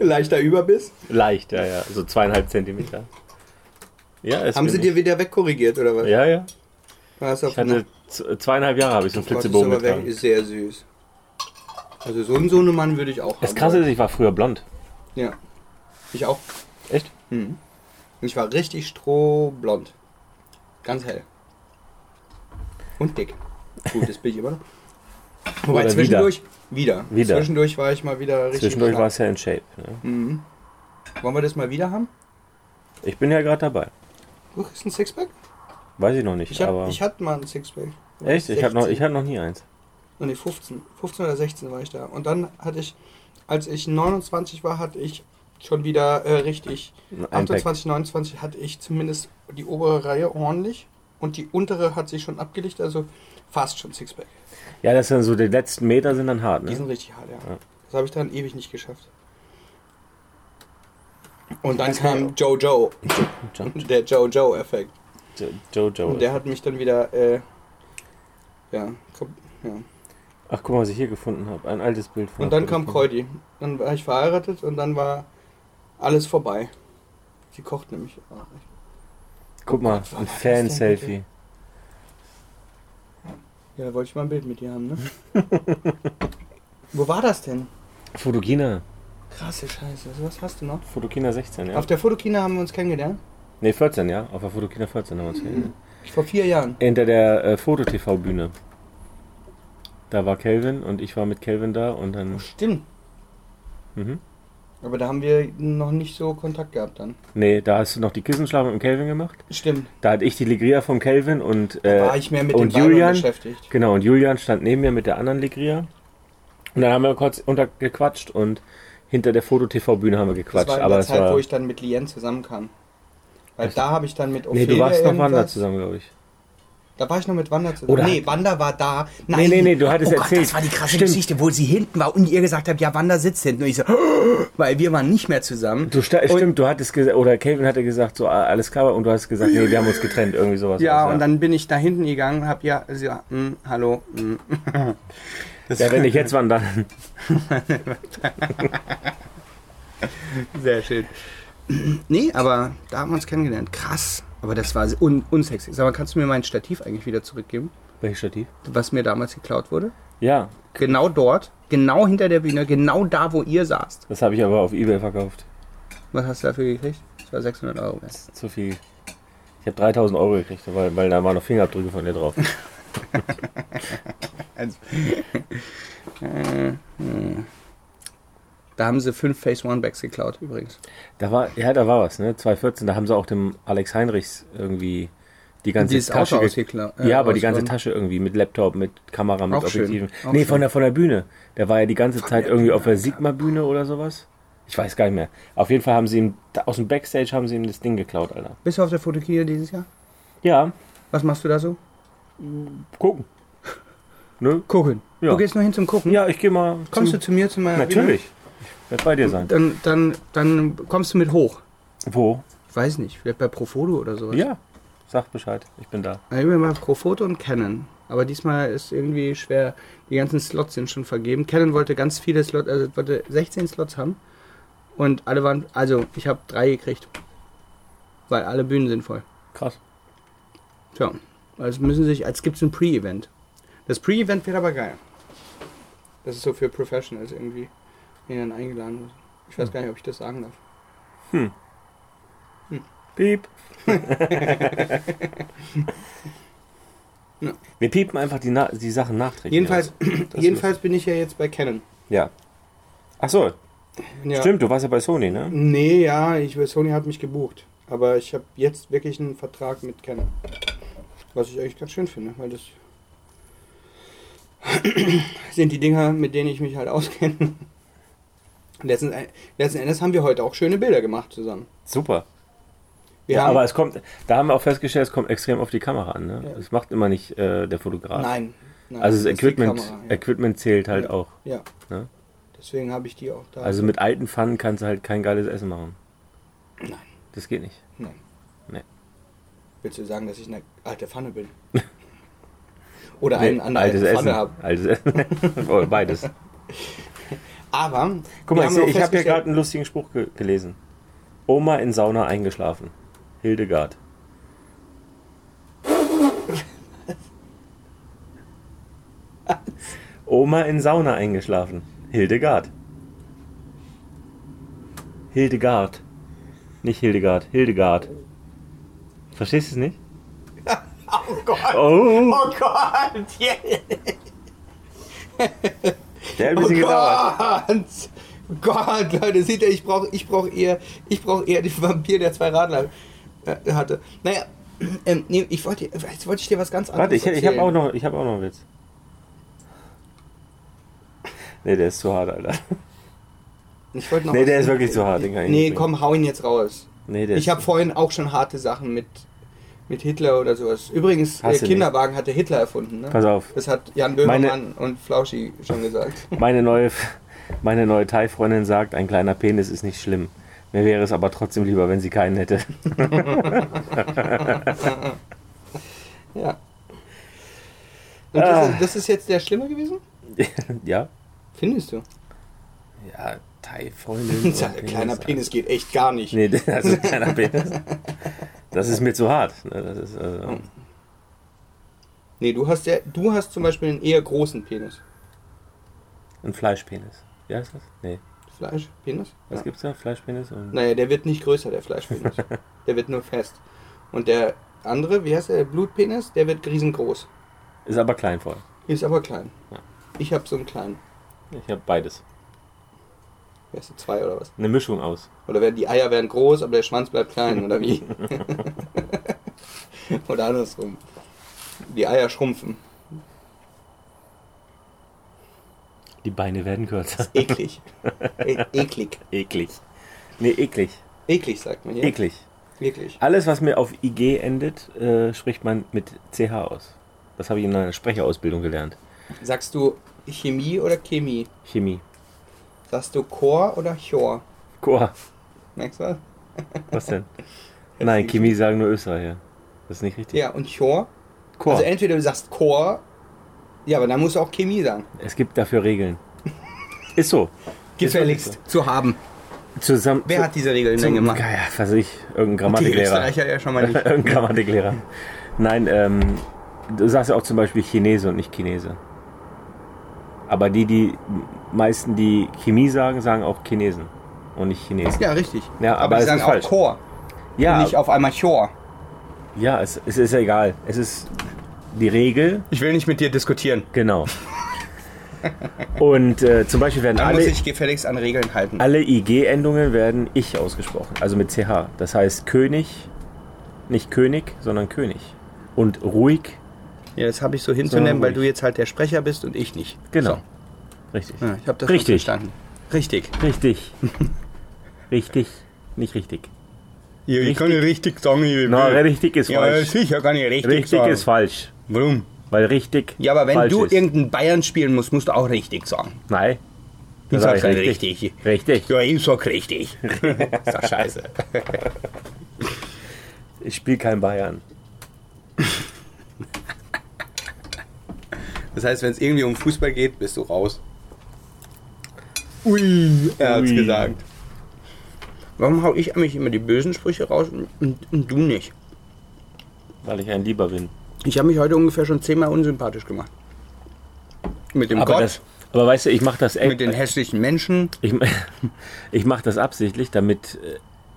[SPEAKER 2] Leichter Überbiss.
[SPEAKER 1] leicht, ja, ja. So zweieinhalb Zentimeter. Ja, es
[SPEAKER 2] Haben sie
[SPEAKER 1] bin
[SPEAKER 2] dir wieder wegkorrigiert oder was?
[SPEAKER 1] ich. Ja, ja.
[SPEAKER 2] Was
[SPEAKER 1] Ich hatte z- zweieineinhalb Jahre habe ich so einen Flitzebogen
[SPEAKER 2] aber weg,
[SPEAKER 1] getragen.
[SPEAKER 2] ist sehr süß. Also so einen Sohnemann würde ich auch
[SPEAKER 1] Das
[SPEAKER 2] haben.
[SPEAKER 1] krasse ist, ich war früher blond.
[SPEAKER 2] Ja. Ich auch.
[SPEAKER 1] Echt?
[SPEAKER 2] Mhm. Ich war richtig strohblond. Ganz hell. Und dick. Gut, das bin ich immer noch.
[SPEAKER 3] Wobei
[SPEAKER 1] Oder
[SPEAKER 3] zwischendurch wieder.
[SPEAKER 1] Wieder.
[SPEAKER 3] Zwischendurch war ich mal wieder richtig.
[SPEAKER 1] Zwischendurch
[SPEAKER 3] stark.
[SPEAKER 1] war es ja in Shape. Ne?
[SPEAKER 3] Mhm. Wollen wir das mal wieder haben?
[SPEAKER 1] Ich bin ja gerade dabei.
[SPEAKER 2] Du kriegst ein Sixpack?
[SPEAKER 1] Weiß ich noch nicht,
[SPEAKER 2] Ich, hab,
[SPEAKER 1] aber.
[SPEAKER 2] ich hatte mal ein Sixpack.
[SPEAKER 1] echt? Ich hatte noch,
[SPEAKER 2] 16.
[SPEAKER 1] ich hatte noch nie eins.
[SPEAKER 2] Oh, nee, 15. 15 oder 16 war ich da. Und dann hatte ich, als ich 29 war, hatte ich schon wieder äh, richtig.
[SPEAKER 1] Ein Pack.
[SPEAKER 2] 28, 29 hatte ich zumindest die obere Reihe ordentlich. Und die untere hat sich schon abgelegt, also fast schon Sixpack.
[SPEAKER 1] Ne? Ja, das sind so die letzten Meter sind dann hart,
[SPEAKER 2] Die
[SPEAKER 1] ne?
[SPEAKER 2] sind richtig hart, ja.
[SPEAKER 1] Ja.
[SPEAKER 2] Das habe ich dann ewig nicht geschafft. Und dann
[SPEAKER 3] Das kann
[SPEAKER 2] kam Jojo,
[SPEAKER 1] Jo-
[SPEAKER 2] der Jojo-Effekt.
[SPEAKER 1] Jo- Ne? Jojo.
[SPEAKER 2] Und der hat mich dann wieder, äh, ja, kom- ja.
[SPEAKER 1] Ach, guck mal, was ich hier gefunden habe. Ein altes Bild von.
[SPEAKER 2] Und
[SPEAKER 1] der
[SPEAKER 2] dann kam
[SPEAKER 1] Produktion.
[SPEAKER 2] Kreudi. Dann war ich verheiratet und dann war alles vorbei. Sie kocht nämlich. auch.
[SPEAKER 1] Guck mal,
[SPEAKER 2] Gott,
[SPEAKER 1] ein
[SPEAKER 2] was ist denn
[SPEAKER 1] Fan-Selfie.
[SPEAKER 2] Ja, da wollte ich mal ein Bild mit ihr haben, ne? Wo war das denn?
[SPEAKER 1] Fotokina.
[SPEAKER 2] Krasse Scheiße, sowas hast du noch?
[SPEAKER 1] Fotokina 16, ja.
[SPEAKER 2] Auf der Fotokina haben wir uns kennengelernt.
[SPEAKER 1] Ne, 14, ja. Auf der Fotokina 14 haben wir uns kennengelernt.
[SPEAKER 2] Vor vier Jahren.
[SPEAKER 1] Hinter der äh, Foto-TV-Bühne. Da war Kelvin und ich war mit Kelvin da und dann.
[SPEAKER 2] Stimmt.
[SPEAKER 1] Mhm.
[SPEAKER 2] Aber da haben wir noch nicht so Kontakt gehabt dann.
[SPEAKER 1] Nee, da hast du noch die Kissenschlafe mit dem Kelvin gemacht.
[SPEAKER 2] Stimmt.
[SPEAKER 1] Da hatte ich die Legria vom Kelvin und. Äh,
[SPEAKER 2] war ich mehr mit den
[SPEAKER 1] und
[SPEAKER 2] Weibern
[SPEAKER 1] Julian?
[SPEAKER 2] beschäftigt.
[SPEAKER 1] Genau, und Julian stand neben mir mit der anderen Legria. Und dann haben wir kurz untergequatscht und hinter der Foto-TV-Bühne haben wir
[SPEAKER 2] Das
[SPEAKER 1] gequatscht.
[SPEAKER 2] war in
[SPEAKER 1] aber
[SPEAKER 2] der
[SPEAKER 1] es
[SPEAKER 2] Zeit,
[SPEAKER 1] war.
[SPEAKER 2] wo ich dann mit Lien zusammenkam. Weil da habe ich dann mit
[SPEAKER 1] nee,
[SPEAKER 2] Ophelia
[SPEAKER 1] du warst noch Wander
[SPEAKER 2] irgendwas-
[SPEAKER 1] zusammen, glaube ich.
[SPEAKER 2] Da war ich noch mit Wanda zusammen.
[SPEAKER 5] Oder-
[SPEAKER 2] nee, Wanda war da.
[SPEAKER 1] Nee, nee, nee, du hattest
[SPEAKER 5] oh Gott,
[SPEAKER 1] erzählt.
[SPEAKER 5] das war die krasse
[SPEAKER 1] Stimmt.
[SPEAKER 5] Geschichte, wo sie hinten war und ihr gesagt habt, ja, Wanda sitzt hinten. Und ich so, "Oh", weil wir waren nicht mehr zusammen.
[SPEAKER 1] Du sta-
[SPEAKER 5] Und-
[SPEAKER 1] stimmt, du hattest gesagt, oder Kelvin hatte gesagt, so ah, alles klar, und du hast gesagt, nee, wir haben uns getrennt, irgendwie sowas.
[SPEAKER 2] Also, Ja,
[SPEAKER 1] war's,
[SPEAKER 2] und dann bin ich da hinten gegangen, hab ja, also, ja hm, hallo. hm. Das
[SPEAKER 1] Ja, wenn ich jetzt wann dann.
[SPEAKER 2] sehr schön.
[SPEAKER 5] Nee, aber
[SPEAKER 2] Aber da haben wir uns kennengelernt. Krass.
[SPEAKER 5] aber das war un unsexy.
[SPEAKER 2] Sexy. Sag mal, kannst du mir mein Stativ eigentlich wieder zurückgeben,
[SPEAKER 1] Welches Stativ?
[SPEAKER 2] was mir damals geklaut wurde?
[SPEAKER 1] Ja,
[SPEAKER 2] Genau dort, genau hinter der Bühne, genau da, wo ihr saßt.
[SPEAKER 1] das habe ich aber auf Ebay verkauft.
[SPEAKER 2] Was hast du dafür gekriegt? Das war 600 Euro. wert.
[SPEAKER 1] Zu viel. Ich habe 3000 Euro gekriegt, weil, weil da waren noch Fingerabdrücke von dir drauf.
[SPEAKER 2] Da haben sie fünf Phase One Bags geklaut übrigens.
[SPEAKER 1] Da war, ja, da war was, ne? 2014, da haben sie auch dem Alex Heinrichs irgendwie die ganze
[SPEAKER 2] Die ist auch
[SPEAKER 1] Tasche. ge-
[SPEAKER 2] ausgeklaut. äh,
[SPEAKER 1] ja, aber die ganze Tasche irgendwie mit Laptop, mit Kamera, mit
[SPEAKER 2] Auch schön,
[SPEAKER 1] Objektiven.
[SPEAKER 2] auch
[SPEAKER 1] Nee,
[SPEAKER 2] schön.
[SPEAKER 1] von der, von der Bühne. Der war ja die ganze Zeit irgendwie auf der Sigma-Bühne oder sowas. Ich weiß gar nicht mehr. Auf jeden Fall haben sie ihm, da- aus dem Backstage haben sie ihm das Ding geklaut, Alter.
[SPEAKER 2] Bist du auf der Fotokina dieses Jahr?
[SPEAKER 1] Ja,
[SPEAKER 2] Was machst du da so?
[SPEAKER 1] gucken. Ne?
[SPEAKER 2] Gucken.
[SPEAKER 1] Ja.
[SPEAKER 2] Du gehst nur hin zum Gucken.
[SPEAKER 1] Ja, ich gehe mal.
[SPEAKER 2] Kommst
[SPEAKER 1] zum,
[SPEAKER 2] du äh, zu mir zu meiner
[SPEAKER 1] Natürlich. Ich werde bei dir sein.
[SPEAKER 2] Dann, dann, dann kommst du mit hoch.
[SPEAKER 1] Wo?
[SPEAKER 2] Ich weiß nicht, vielleicht bei Profoto oder sowas.
[SPEAKER 1] Ja. Sag Bescheid, ich bin da.
[SPEAKER 2] Dann nehmen wir mal Profoto und Canon. Aber diesmal ist irgendwie schwer, die ganzen Slots sind schon vergeben. Canon wollte ganz viele Slots, also wollte 16 Slots haben. Und alle waren, also ich habe drei gekriegt. Weil alle Bühnen sind voll.
[SPEAKER 1] Krass.
[SPEAKER 2] Tja, also müssen sich, als gibt es ein Pre-Event. Das Pre-Event wird aber geil. Das ist so für Professionals irgendwie, die dann eingeladen wird. Ich
[SPEAKER 1] Hm.
[SPEAKER 2] weiß gar nicht, ob ich das sagen darf.
[SPEAKER 1] Piep.
[SPEAKER 2] Ja.
[SPEAKER 1] Wir piepen einfach die, Na die Sachen nachträglich.
[SPEAKER 2] Jedenfalls,
[SPEAKER 1] Das
[SPEAKER 2] jedenfalls bin ich ja jetzt bei Canon.
[SPEAKER 1] Ja. Ach so,
[SPEAKER 2] Ja. Mhm.
[SPEAKER 1] stimmt, du warst ja bei Sony, ne?
[SPEAKER 2] Nee, ja, ich weiß, Sony hat mich gebucht. Aber ich habe jetzt wirklich einen Vertrag mit Canon. Was ich eigentlich ganz schön finde, weil das sind die Dinger, mit denen ich mich halt auskenne. Letzten, letzten Endes haben wir heute auch schöne Bilder gemacht zusammen.
[SPEAKER 1] Super.
[SPEAKER 2] Wir
[SPEAKER 1] ja,
[SPEAKER 2] haben,
[SPEAKER 1] aber es kommt, da haben wir auch festgestellt, es kommt extrem auf die Kamera an, ne?
[SPEAKER 2] Ja.
[SPEAKER 1] Das macht immer nicht äh, der Fotograf.
[SPEAKER 2] nein, nein.
[SPEAKER 1] Also das,
[SPEAKER 2] ist die
[SPEAKER 1] Equipment,
[SPEAKER 2] Kamera, ja.
[SPEAKER 1] Equipment zählt halt
[SPEAKER 2] Ja.
[SPEAKER 1] auch.
[SPEAKER 2] ja.
[SPEAKER 1] ne?
[SPEAKER 2] Deswegen habe ich die auch da.
[SPEAKER 1] Also mit alten Pfannen kannst du halt kein geiles Essen machen.
[SPEAKER 2] Nein.
[SPEAKER 1] Das geht nicht.
[SPEAKER 2] Nein.
[SPEAKER 1] Nee.
[SPEAKER 2] Willst du sagen, dass ich eine alte Pfanne bin? Oder einen
[SPEAKER 1] Nee,
[SPEAKER 2] anderen alten
[SPEAKER 1] Essen.
[SPEAKER 2] Pfanne habe?
[SPEAKER 1] Altes Essen. Oh, Beides.
[SPEAKER 2] Aber
[SPEAKER 1] Guck
[SPEAKER 2] wir
[SPEAKER 1] mal, ich,
[SPEAKER 2] haben
[SPEAKER 1] seh- ich habe
[SPEAKER 2] auch
[SPEAKER 1] hier
[SPEAKER 2] festgestellt-
[SPEAKER 1] gerade einen lustigen Spruch ge gelesen. Oma in Sauna eingeschlafen. Hildegard. Oma in Sauna eingeschlafen. Hildegard. Hildegard. Nicht Hildegard, Hildegard. Verstehst du es nicht?
[SPEAKER 2] Oh Gott,
[SPEAKER 1] Oh,
[SPEAKER 2] oh Gott, yeah.
[SPEAKER 1] Der hat ein bisschen gedauert.
[SPEAKER 2] Oh Gott! Oh Gott, Leute, seht ihr, ich brauche ich brauch eher, ich brauch eher den Vampir, der zwei Radler äh, hatte. Naja, ähm, nee, ich wollte, jetzt wollte ich dir was ganz anderes
[SPEAKER 1] Warte, ich, ich habe
[SPEAKER 2] erzählen.
[SPEAKER 1] auch, noch- ich hab auch noch einen Witz. Nee, der ist zu hart, Alter.
[SPEAKER 2] Ich wollte noch
[SPEAKER 1] Nee,
[SPEAKER 2] was-
[SPEAKER 1] der ist wirklich zu hart. Den kann ich
[SPEAKER 2] Nee,
[SPEAKER 1] nicht bringen.
[SPEAKER 2] komm, hau ihn jetzt raus.
[SPEAKER 1] Nee, der
[SPEAKER 2] Ich
[SPEAKER 1] ist-
[SPEAKER 2] habe vorhin auch schon harte Sachen mit, mit Hitler oder sowas. Übrigens, der
[SPEAKER 1] Hast du
[SPEAKER 2] Kinderwagen hatte Hitler erfunden. Ne?
[SPEAKER 1] Pass auf.
[SPEAKER 2] Das hat Jan
[SPEAKER 1] Meine-
[SPEAKER 2] Böhmermann und Flauschi schon gesagt.
[SPEAKER 1] Meine neue, meine neue Thai-Freundin sagt, ein kleiner Penis ist nicht schlimm. Mir wäre es aber trotzdem lieber, wenn sie keinen hätte.
[SPEAKER 2] Ja. Und
[SPEAKER 1] Ah.
[SPEAKER 2] das, ist, das ist jetzt der Schlimme gewesen?
[SPEAKER 1] ja?
[SPEAKER 2] Findest du?
[SPEAKER 1] Ja, Thai-Freundin. oder
[SPEAKER 2] Kleiner Penis geht echt gar nicht.
[SPEAKER 1] Nee, das ist ein kleiner Penis. Das ist mir zu hart. ne, Das ist, also,
[SPEAKER 2] Hm. Nee, du hast ja, du hast zum Beispiel einen eher großen Penis.
[SPEAKER 1] ein Fleischpenis. Ja, ist das? Nee.
[SPEAKER 2] Fleisch, Penis?
[SPEAKER 1] Was
[SPEAKER 2] Ja.
[SPEAKER 1] gibt's da? Fleischpenis? Und
[SPEAKER 2] Naja, der wird nicht größer, der Fleischpenis. der wird nur fest. Und der andere, wie heißt der, der Blutpenis, der wird riesengroß.
[SPEAKER 1] ist aber klein vorher.
[SPEAKER 2] Ist aber klein.
[SPEAKER 1] Ja.
[SPEAKER 2] Ich hab so einen kleinen.
[SPEAKER 1] Ich habe beides.
[SPEAKER 2] Wärst du zwei oder was?
[SPEAKER 1] Eine Mischung aus.
[SPEAKER 2] Oder werden die Eier werden groß, aber der Schwanz bleibt klein, oder wie? oder andersrum. Die Eier schrumpfen.
[SPEAKER 1] Die Beine werden kürzer.
[SPEAKER 2] Eklig. E eklig.
[SPEAKER 1] Eklig. Nee, eklig.
[SPEAKER 2] Eklig, sagt man hier.
[SPEAKER 1] Eklig.
[SPEAKER 2] Eklig.
[SPEAKER 1] Alles, was mir auf IG endet, äh, spricht man mit CH aus. Das habe ich in einer Sprecherausbildung gelernt.
[SPEAKER 2] Sagst du Chemie oder Chemie?
[SPEAKER 1] Chemie.
[SPEAKER 2] Sagst du Chor oder Chor?
[SPEAKER 1] Goa.
[SPEAKER 2] Merkst du was?
[SPEAKER 1] Was denn? Nein, Chemie sagen nur Österreicher. Das ist nicht richtig.
[SPEAKER 2] Ja, und Chor?
[SPEAKER 1] Chor.
[SPEAKER 2] Also entweder du sagst Chor, ja, aber dann musst du auch Chemie sagen.
[SPEAKER 1] es gibt dafür Regeln. Ist so.
[SPEAKER 2] Gefälligst zu haben.
[SPEAKER 1] Zusammen.
[SPEAKER 2] Wer hat diese Regeln denn
[SPEAKER 1] zum,
[SPEAKER 2] gemacht?
[SPEAKER 1] Ja, was weiß ich. Irgendein
[SPEAKER 2] Die
[SPEAKER 1] Grammatiklehrer.
[SPEAKER 2] Österreicher ja schon mal nicht.
[SPEAKER 1] Irgendein Grammatiklehrer. Nein, ähm, du sagst ja auch zum Beispiel Chinese und nicht Chinese. Aber die, die meisten, die Chemie sagen, sagen auch Chinesen und nicht Chinesen.
[SPEAKER 2] Ja, richtig.
[SPEAKER 1] Ja, aber
[SPEAKER 2] die
[SPEAKER 1] es
[SPEAKER 2] sagen
[SPEAKER 1] ist
[SPEAKER 2] auch
[SPEAKER 1] falsch.
[SPEAKER 2] Chor.
[SPEAKER 1] Ja,
[SPEAKER 2] Nicht auf einmal Chor.
[SPEAKER 1] ja es, es ist egal. Es ist die Regel,
[SPEAKER 2] Ich will nicht mit dir diskutieren.
[SPEAKER 1] genau. Und äh, zum Beispiel werden
[SPEAKER 2] Dann
[SPEAKER 1] alle,
[SPEAKER 2] muss ich gefälligst an Regeln halten.
[SPEAKER 1] alle IG-Endungen werden ich ausgesprochen, also mit CH. Das heißt König, nicht König, sondern König. Und ruhig,
[SPEAKER 2] Ja, das habe ich so hinzunehmen,
[SPEAKER 1] So,
[SPEAKER 2] weil
[SPEAKER 1] ruhig.
[SPEAKER 2] du jetzt halt der Sprecher bist und ich nicht.
[SPEAKER 1] genau. Richtig.
[SPEAKER 2] Ja, ich habe das
[SPEAKER 1] Richtig.
[SPEAKER 2] schon verstanden. Richtig.
[SPEAKER 1] Richtig. richtig. Nicht richtig.
[SPEAKER 6] Ja, ich
[SPEAKER 1] Richtig.
[SPEAKER 6] kann nicht richtig sagen, ich will.
[SPEAKER 1] Na, richtig ist
[SPEAKER 6] ja,
[SPEAKER 1] falsch.
[SPEAKER 6] sicher kann ich richtig,
[SPEAKER 1] Richtig
[SPEAKER 6] sagen.
[SPEAKER 1] ist falsch.
[SPEAKER 6] Warum?
[SPEAKER 1] Weil richtig.
[SPEAKER 2] Ja, aber wenn
[SPEAKER 1] falsch
[SPEAKER 2] du
[SPEAKER 1] ist.
[SPEAKER 2] irgendeinen Bayern spielen musst, musst du auch richtig sagen.
[SPEAKER 1] Nein.
[SPEAKER 6] Du
[SPEAKER 1] sag
[SPEAKER 6] sagst
[SPEAKER 1] ich
[SPEAKER 6] halt
[SPEAKER 1] richtig.
[SPEAKER 6] richtig.
[SPEAKER 1] Richtig.
[SPEAKER 6] Ja, ich sag richtig.
[SPEAKER 2] Ist doch scheiße.
[SPEAKER 1] Ich spiele kein Bayern.
[SPEAKER 2] Das heißt, wenn es irgendwie um Fußball geht, bist du raus. Ui, er hat's
[SPEAKER 1] Ui.
[SPEAKER 2] gesagt. Warum hau ich eigentlich immer die bösen Sprüche raus und, und, und du nicht?
[SPEAKER 1] Weil ich ein Lieber bin.
[SPEAKER 2] Ich habe mich heute ungefähr schon zehnmal unsympathisch gemacht. Mit dem
[SPEAKER 1] Aber,
[SPEAKER 2] Gott,
[SPEAKER 1] das, aber weißt du, ich mache das
[SPEAKER 2] mit
[SPEAKER 1] echt.
[SPEAKER 2] den hässlichen Menschen.
[SPEAKER 1] Ich, ich mache das absichtlich, damit äh,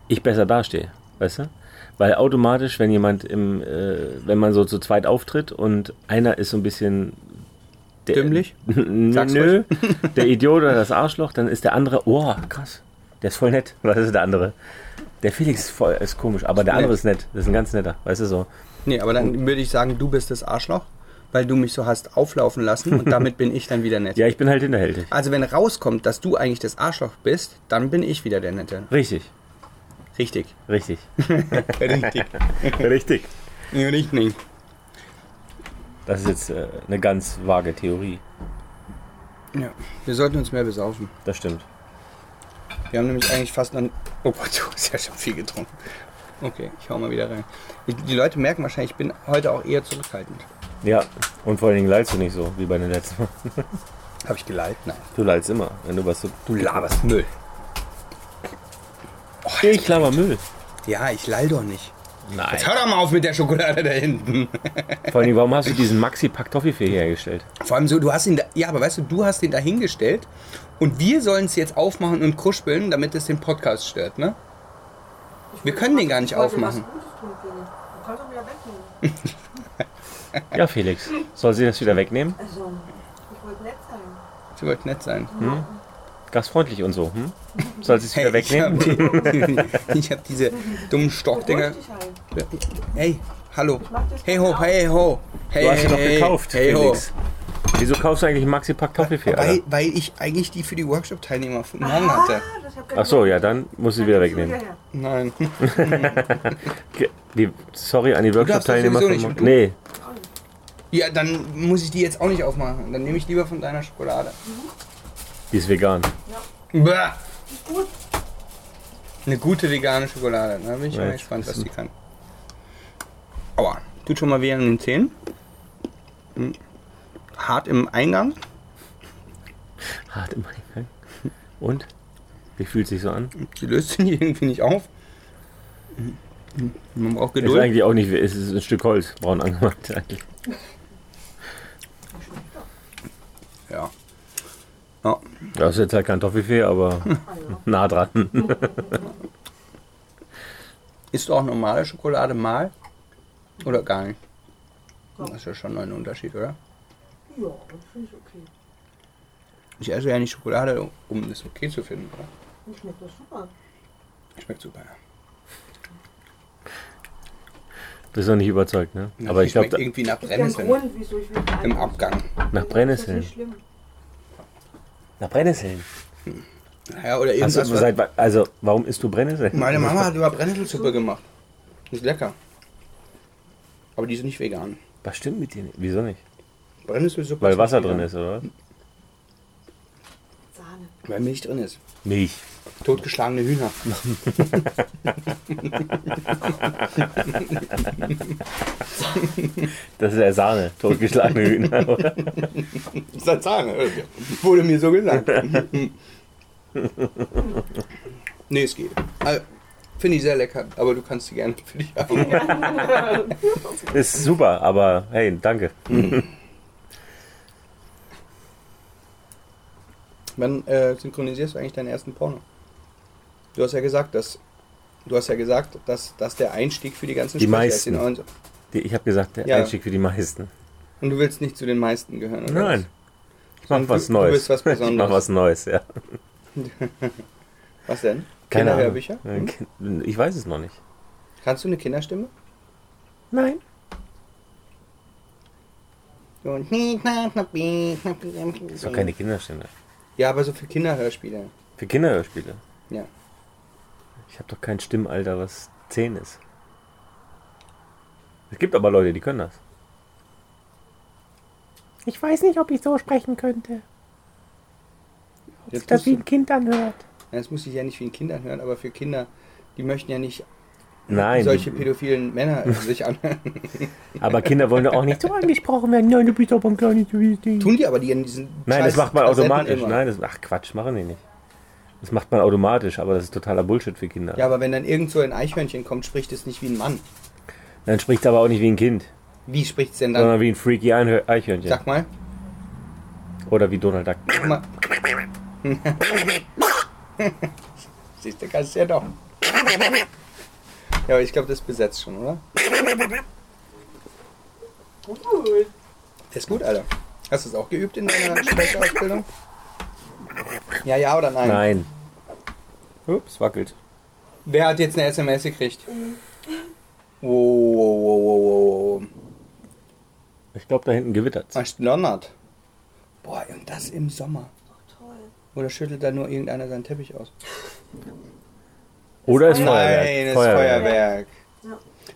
[SPEAKER 1] ich besser dastehe. Weißt du? Weil automatisch, wenn jemand im, äh, wenn man so zu zweit auftritt und einer ist so ein bisschen der,
[SPEAKER 2] Dümmlich?
[SPEAKER 1] Äh, N-
[SPEAKER 2] Sag's
[SPEAKER 1] Nö, der Idiot oder das Arschloch, dann ist der andere, oh, krass, der ist voll nett. Was ist der andere? Der Felix ist, voll, ist komisch, aber der andere
[SPEAKER 2] nett.
[SPEAKER 1] ist nett. Das ist ein ganz netter, weißt du so.
[SPEAKER 2] Nee, aber dann würde ich sagen, du bist das Arschloch, weil du mich so hast auflaufen lassen und damit bin ich dann wieder nett.
[SPEAKER 1] Ja, ich bin halt hinterhältig.
[SPEAKER 2] Also wenn rauskommt, dass du eigentlich das Arschloch bist, dann bin ich wieder der Nette.
[SPEAKER 1] Richtig,
[SPEAKER 2] Richtig.
[SPEAKER 1] richtig,
[SPEAKER 2] Richtig.
[SPEAKER 1] richtig.
[SPEAKER 2] nee, nicht, nicht.
[SPEAKER 1] Das ist jetzt äh, eine ganz vage Theorie.
[SPEAKER 2] Ja. Wir sollten uns mehr besaufen.
[SPEAKER 1] Das stimmt.
[SPEAKER 2] Wir haben nämlich eigentlich fast noch... Oh Gott, du hast ja schon viel getrunken. Okay, ich hau mal wieder rein. Ich- Die Leute merken wahrscheinlich, ich bin heute auch eher zurückhaltend.
[SPEAKER 1] Ja, und vor allen Dingen leidest du nicht so wie bei den letzten Mal.
[SPEAKER 2] Habe ich geleitet? Nein.
[SPEAKER 1] Du leidest immer, wenn du was so.
[SPEAKER 2] Du laberst Müll.
[SPEAKER 1] Ich laber Müll.
[SPEAKER 2] Ja, ich lall doch nicht.
[SPEAKER 1] Nein.
[SPEAKER 2] Hör doch mal auf mit der Schokolade da hinten.
[SPEAKER 1] Vor allen Dingen, warum hast du diesen Maxi-Pack Toffifee hergestellt?
[SPEAKER 2] Vor allem so, du hast ihn da, ja, aber weißt du, du hast ihn da hingestellt und wir sollen es jetzt aufmachen und kruspeln, damit es den Podcast stört, ne? Wir können den gar nicht
[SPEAKER 4] Ich wollte was
[SPEAKER 2] aufmachen.
[SPEAKER 4] Gutes tun, Felix. Du kannst doch wieder wegnehmen.
[SPEAKER 1] Ja, Felix, soll sie das wieder wegnehmen?
[SPEAKER 4] Also, ich wollte nett sein.
[SPEAKER 2] Sie wollten nett sein.
[SPEAKER 1] Gastfreundlich und so. Hm? Soll sie es wieder wegnehmen?
[SPEAKER 2] Ich habe diese dummen Stockdinger.
[SPEAKER 4] Beruhig dich halt.
[SPEAKER 2] Hey, hallo.
[SPEAKER 4] Mach das
[SPEAKER 2] Hey
[SPEAKER 4] Ganze
[SPEAKER 2] ho,
[SPEAKER 4] auf.
[SPEAKER 2] hey ho. Hey,
[SPEAKER 1] Du hast sie doch
[SPEAKER 2] hey,
[SPEAKER 1] gekauft,
[SPEAKER 2] Hey ho.
[SPEAKER 1] Felix. Wieso kaufst du eigentlich einen Maxi-Pack Tafelfee?
[SPEAKER 2] Weil,
[SPEAKER 1] Alter?
[SPEAKER 2] weil ich eigentlich die für die Workshop-Teilnehmer von morgen hatte.
[SPEAKER 4] Ah, das hab gar
[SPEAKER 1] Ach
[SPEAKER 4] nicht-
[SPEAKER 1] so, ja, dann muss sie wieder
[SPEAKER 4] Kannst du
[SPEAKER 1] wegnehmen.
[SPEAKER 4] her.
[SPEAKER 2] Nein.
[SPEAKER 1] Ge- Die, sorry an die
[SPEAKER 2] darfst das
[SPEAKER 1] Workshop-Teilnehmer.
[SPEAKER 2] sowieso
[SPEAKER 1] von-
[SPEAKER 2] nicht, du-
[SPEAKER 1] Nee,
[SPEAKER 2] Ja, dann muss ich die jetzt auch nicht aufmachen. Dann nehme ich lieber von deiner Schokolade.
[SPEAKER 1] die ist vegan.
[SPEAKER 2] Bäh.
[SPEAKER 4] Gut.
[SPEAKER 2] Eine gute vegane Schokolade. Da bin ich
[SPEAKER 1] Ja,
[SPEAKER 2] mal
[SPEAKER 1] jetzt
[SPEAKER 2] gespannt, was
[SPEAKER 1] wissen.
[SPEAKER 2] die kann. Aua. Tut schon mal weh an den Zähnen. Hm. Hart im Eingang.
[SPEAKER 1] Hart im Eingang. Und? Wie fühlt sich so an?
[SPEAKER 2] Die löst sich irgendwie nicht auf. Hm. Man braucht
[SPEAKER 1] Ist
[SPEAKER 2] Geduld.
[SPEAKER 1] eigentlich auch nicht, es ist ein Stück Holz, braun angemacht eigentlich.
[SPEAKER 2] Ja.
[SPEAKER 1] Das ist jetzt halt kein Toffifee, aber nah dran.
[SPEAKER 2] Isst du auch normale Schokolade mal? Oder gar nicht?
[SPEAKER 4] Ja.
[SPEAKER 2] Das ist ja schon ein Unterschied, oder?
[SPEAKER 4] Ja, das finde ich okay.
[SPEAKER 2] Ich esse ja nicht Schokolade, um das okay zu finden, oder?
[SPEAKER 4] Mir schmeckt das super.
[SPEAKER 2] Schmeckt super. ja.
[SPEAKER 1] Bist noch nicht überzeugt, ne?
[SPEAKER 2] Ja,
[SPEAKER 1] Aber
[SPEAKER 2] die
[SPEAKER 1] ich glaube,
[SPEAKER 2] schmeckt irgendwie nach
[SPEAKER 4] Gibt ja einen
[SPEAKER 2] Brennnesseln
[SPEAKER 4] Grund, wieso ich mich
[SPEAKER 2] im
[SPEAKER 4] einlasse.
[SPEAKER 2] Abgang.
[SPEAKER 1] nach
[SPEAKER 4] Das ist nicht
[SPEAKER 1] Brennnesseln.
[SPEAKER 4] schlimm.
[SPEAKER 1] Nach Brennnesseln.
[SPEAKER 2] Ja, oder
[SPEAKER 1] Hast du,
[SPEAKER 2] irgendwas. was-
[SPEAKER 1] seit, wa- also, warum isst du Brennnesseln?
[SPEAKER 2] Meine Mama hat über Brennnesselsuppe gemacht. Ist lecker. Aber die ist nicht vegan.
[SPEAKER 1] Was stimmt mit dir nicht? Wieso nicht?
[SPEAKER 2] Brennnesselsuppe.
[SPEAKER 1] Weil
[SPEAKER 2] ist
[SPEAKER 1] Wasser
[SPEAKER 2] nicht
[SPEAKER 1] drin
[SPEAKER 2] vegan.
[SPEAKER 1] ist, oder? was?
[SPEAKER 4] Sahne.
[SPEAKER 2] Weil Milch drin ist.
[SPEAKER 1] Milch.
[SPEAKER 2] Totgeschlagene Hühner.
[SPEAKER 1] Das ist ja Sahne, totgeschlagene Hühner. oder?
[SPEAKER 2] Das ist sagen. äh, Wurde mir so gesagt. nee, es geht. Also, Finde ich sehr lecker, aber du kannst sie gerne für dich haben.
[SPEAKER 1] Ist super, aber hey, danke.
[SPEAKER 2] Wann äh, synchronisierst du eigentlich deinen ersten Porno? Du hast ja gesagt, dass du hast ja gesagt, dass, dass der Einstieg für die ganzen
[SPEAKER 1] Die
[SPEAKER 2] Sprecher ist.
[SPEAKER 1] meisten.
[SPEAKER 2] Und,
[SPEAKER 1] Die- Ich habe gesagt, der
[SPEAKER 2] Ja.
[SPEAKER 1] Einstieg für die meisten.
[SPEAKER 2] und du willst nicht zu den meisten gehören, oder?
[SPEAKER 1] Nein. Ich mach
[SPEAKER 2] Und
[SPEAKER 1] was
[SPEAKER 2] du-
[SPEAKER 1] Neues.
[SPEAKER 2] Du
[SPEAKER 1] Ich
[SPEAKER 2] bist was
[SPEAKER 1] mach
[SPEAKER 2] Besonderes.
[SPEAKER 1] was Neues, ja.
[SPEAKER 2] was. denn?
[SPEAKER 1] Keine Ahnung.
[SPEAKER 2] Kinderhörbücher? Hm? Mhm.
[SPEAKER 1] Ich weiß es noch nicht.
[SPEAKER 2] Kannst du eine Kinderstimme?
[SPEAKER 1] Nein.
[SPEAKER 2] So.
[SPEAKER 1] Das ist doch keine Kinderstimme.
[SPEAKER 2] Ja, aber so für Kinderhörspiele.
[SPEAKER 1] Für Kinderhörspiele.
[SPEAKER 2] Ja.
[SPEAKER 1] Ich habe doch kein Stimmalter, was 10 ist. Es gibt aber Leute, die können das.
[SPEAKER 7] Ich weiß nicht, ob ich so sprechen könnte,
[SPEAKER 2] Jetzt
[SPEAKER 7] dass
[SPEAKER 2] musst
[SPEAKER 7] wie
[SPEAKER 2] du,
[SPEAKER 7] ein Kind anhört.
[SPEAKER 2] Ja, Das muss ich ja nicht wie den Kindern hören, aber für Kinder, die möchten ja nicht
[SPEAKER 1] Nein.
[SPEAKER 2] solche pädophilen Männer sich anhören.
[SPEAKER 1] aber Kinder wollen doch auch nicht.
[SPEAKER 7] So angesprochen werden. Nein, du bist aber ein kleines Wesen.
[SPEAKER 2] Tun die aber die in diesen.
[SPEAKER 1] Nein, das
[SPEAKER 2] scheiß
[SPEAKER 1] macht man
[SPEAKER 2] Kassetten
[SPEAKER 1] automatisch.
[SPEAKER 2] immer.
[SPEAKER 1] Nein, das, ach Quatsch, machen die nicht. Das macht man automatisch, aber das ist totaler Bullshit für Kinder.
[SPEAKER 2] Ja, aber wenn dann irgend so ein Eichhörnchen kommt, spricht es nicht wie ein Mann.
[SPEAKER 1] Dann spricht es aber auch nicht wie ein Kind,
[SPEAKER 2] Wie spricht es denn dann?
[SPEAKER 1] sondern wie ein freaky Einhör Eichhörnchen.
[SPEAKER 2] Sag mal.
[SPEAKER 1] Oder wie Donald Duck.
[SPEAKER 2] Guck mal. Siehst du, kannst du ja doch. Ja, aber ich glaube, das besetzt schon, oder?
[SPEAKER 4] Gut.
[SPEAKER 2] Das ist gut, Alter. Hast du es auch geübt in deiner Sprecherausbildung? Ja, ja oder nein?
[SPEAKER 1] Nein.
[SPEAKER 2] Ups, wackelt. Wer hat jetzt eine SMS gekriegt? Wow, wow, wow, wow, wow.
[SPEAKER 1] Ich glaube, da hinten gewittert
[SPEAKER 2] Was donnert? Boah, und das im Sommer.
[SPEAKER 4] Toll.
[SPEAKER 2] Oder schüttelt da nur irgendeiner seinen Teppich aus?
[SPEAKER 1] Oder ist
[SPEAKER 4] Nein,
[SPEAKER 1] Feuerwerk.
[SPEAKER 2] Nein, das
[SPEAKER 1] Feuerwerk.
[SPEAKER 2] Feuerwerk.
[SPEAKER 4] Ja.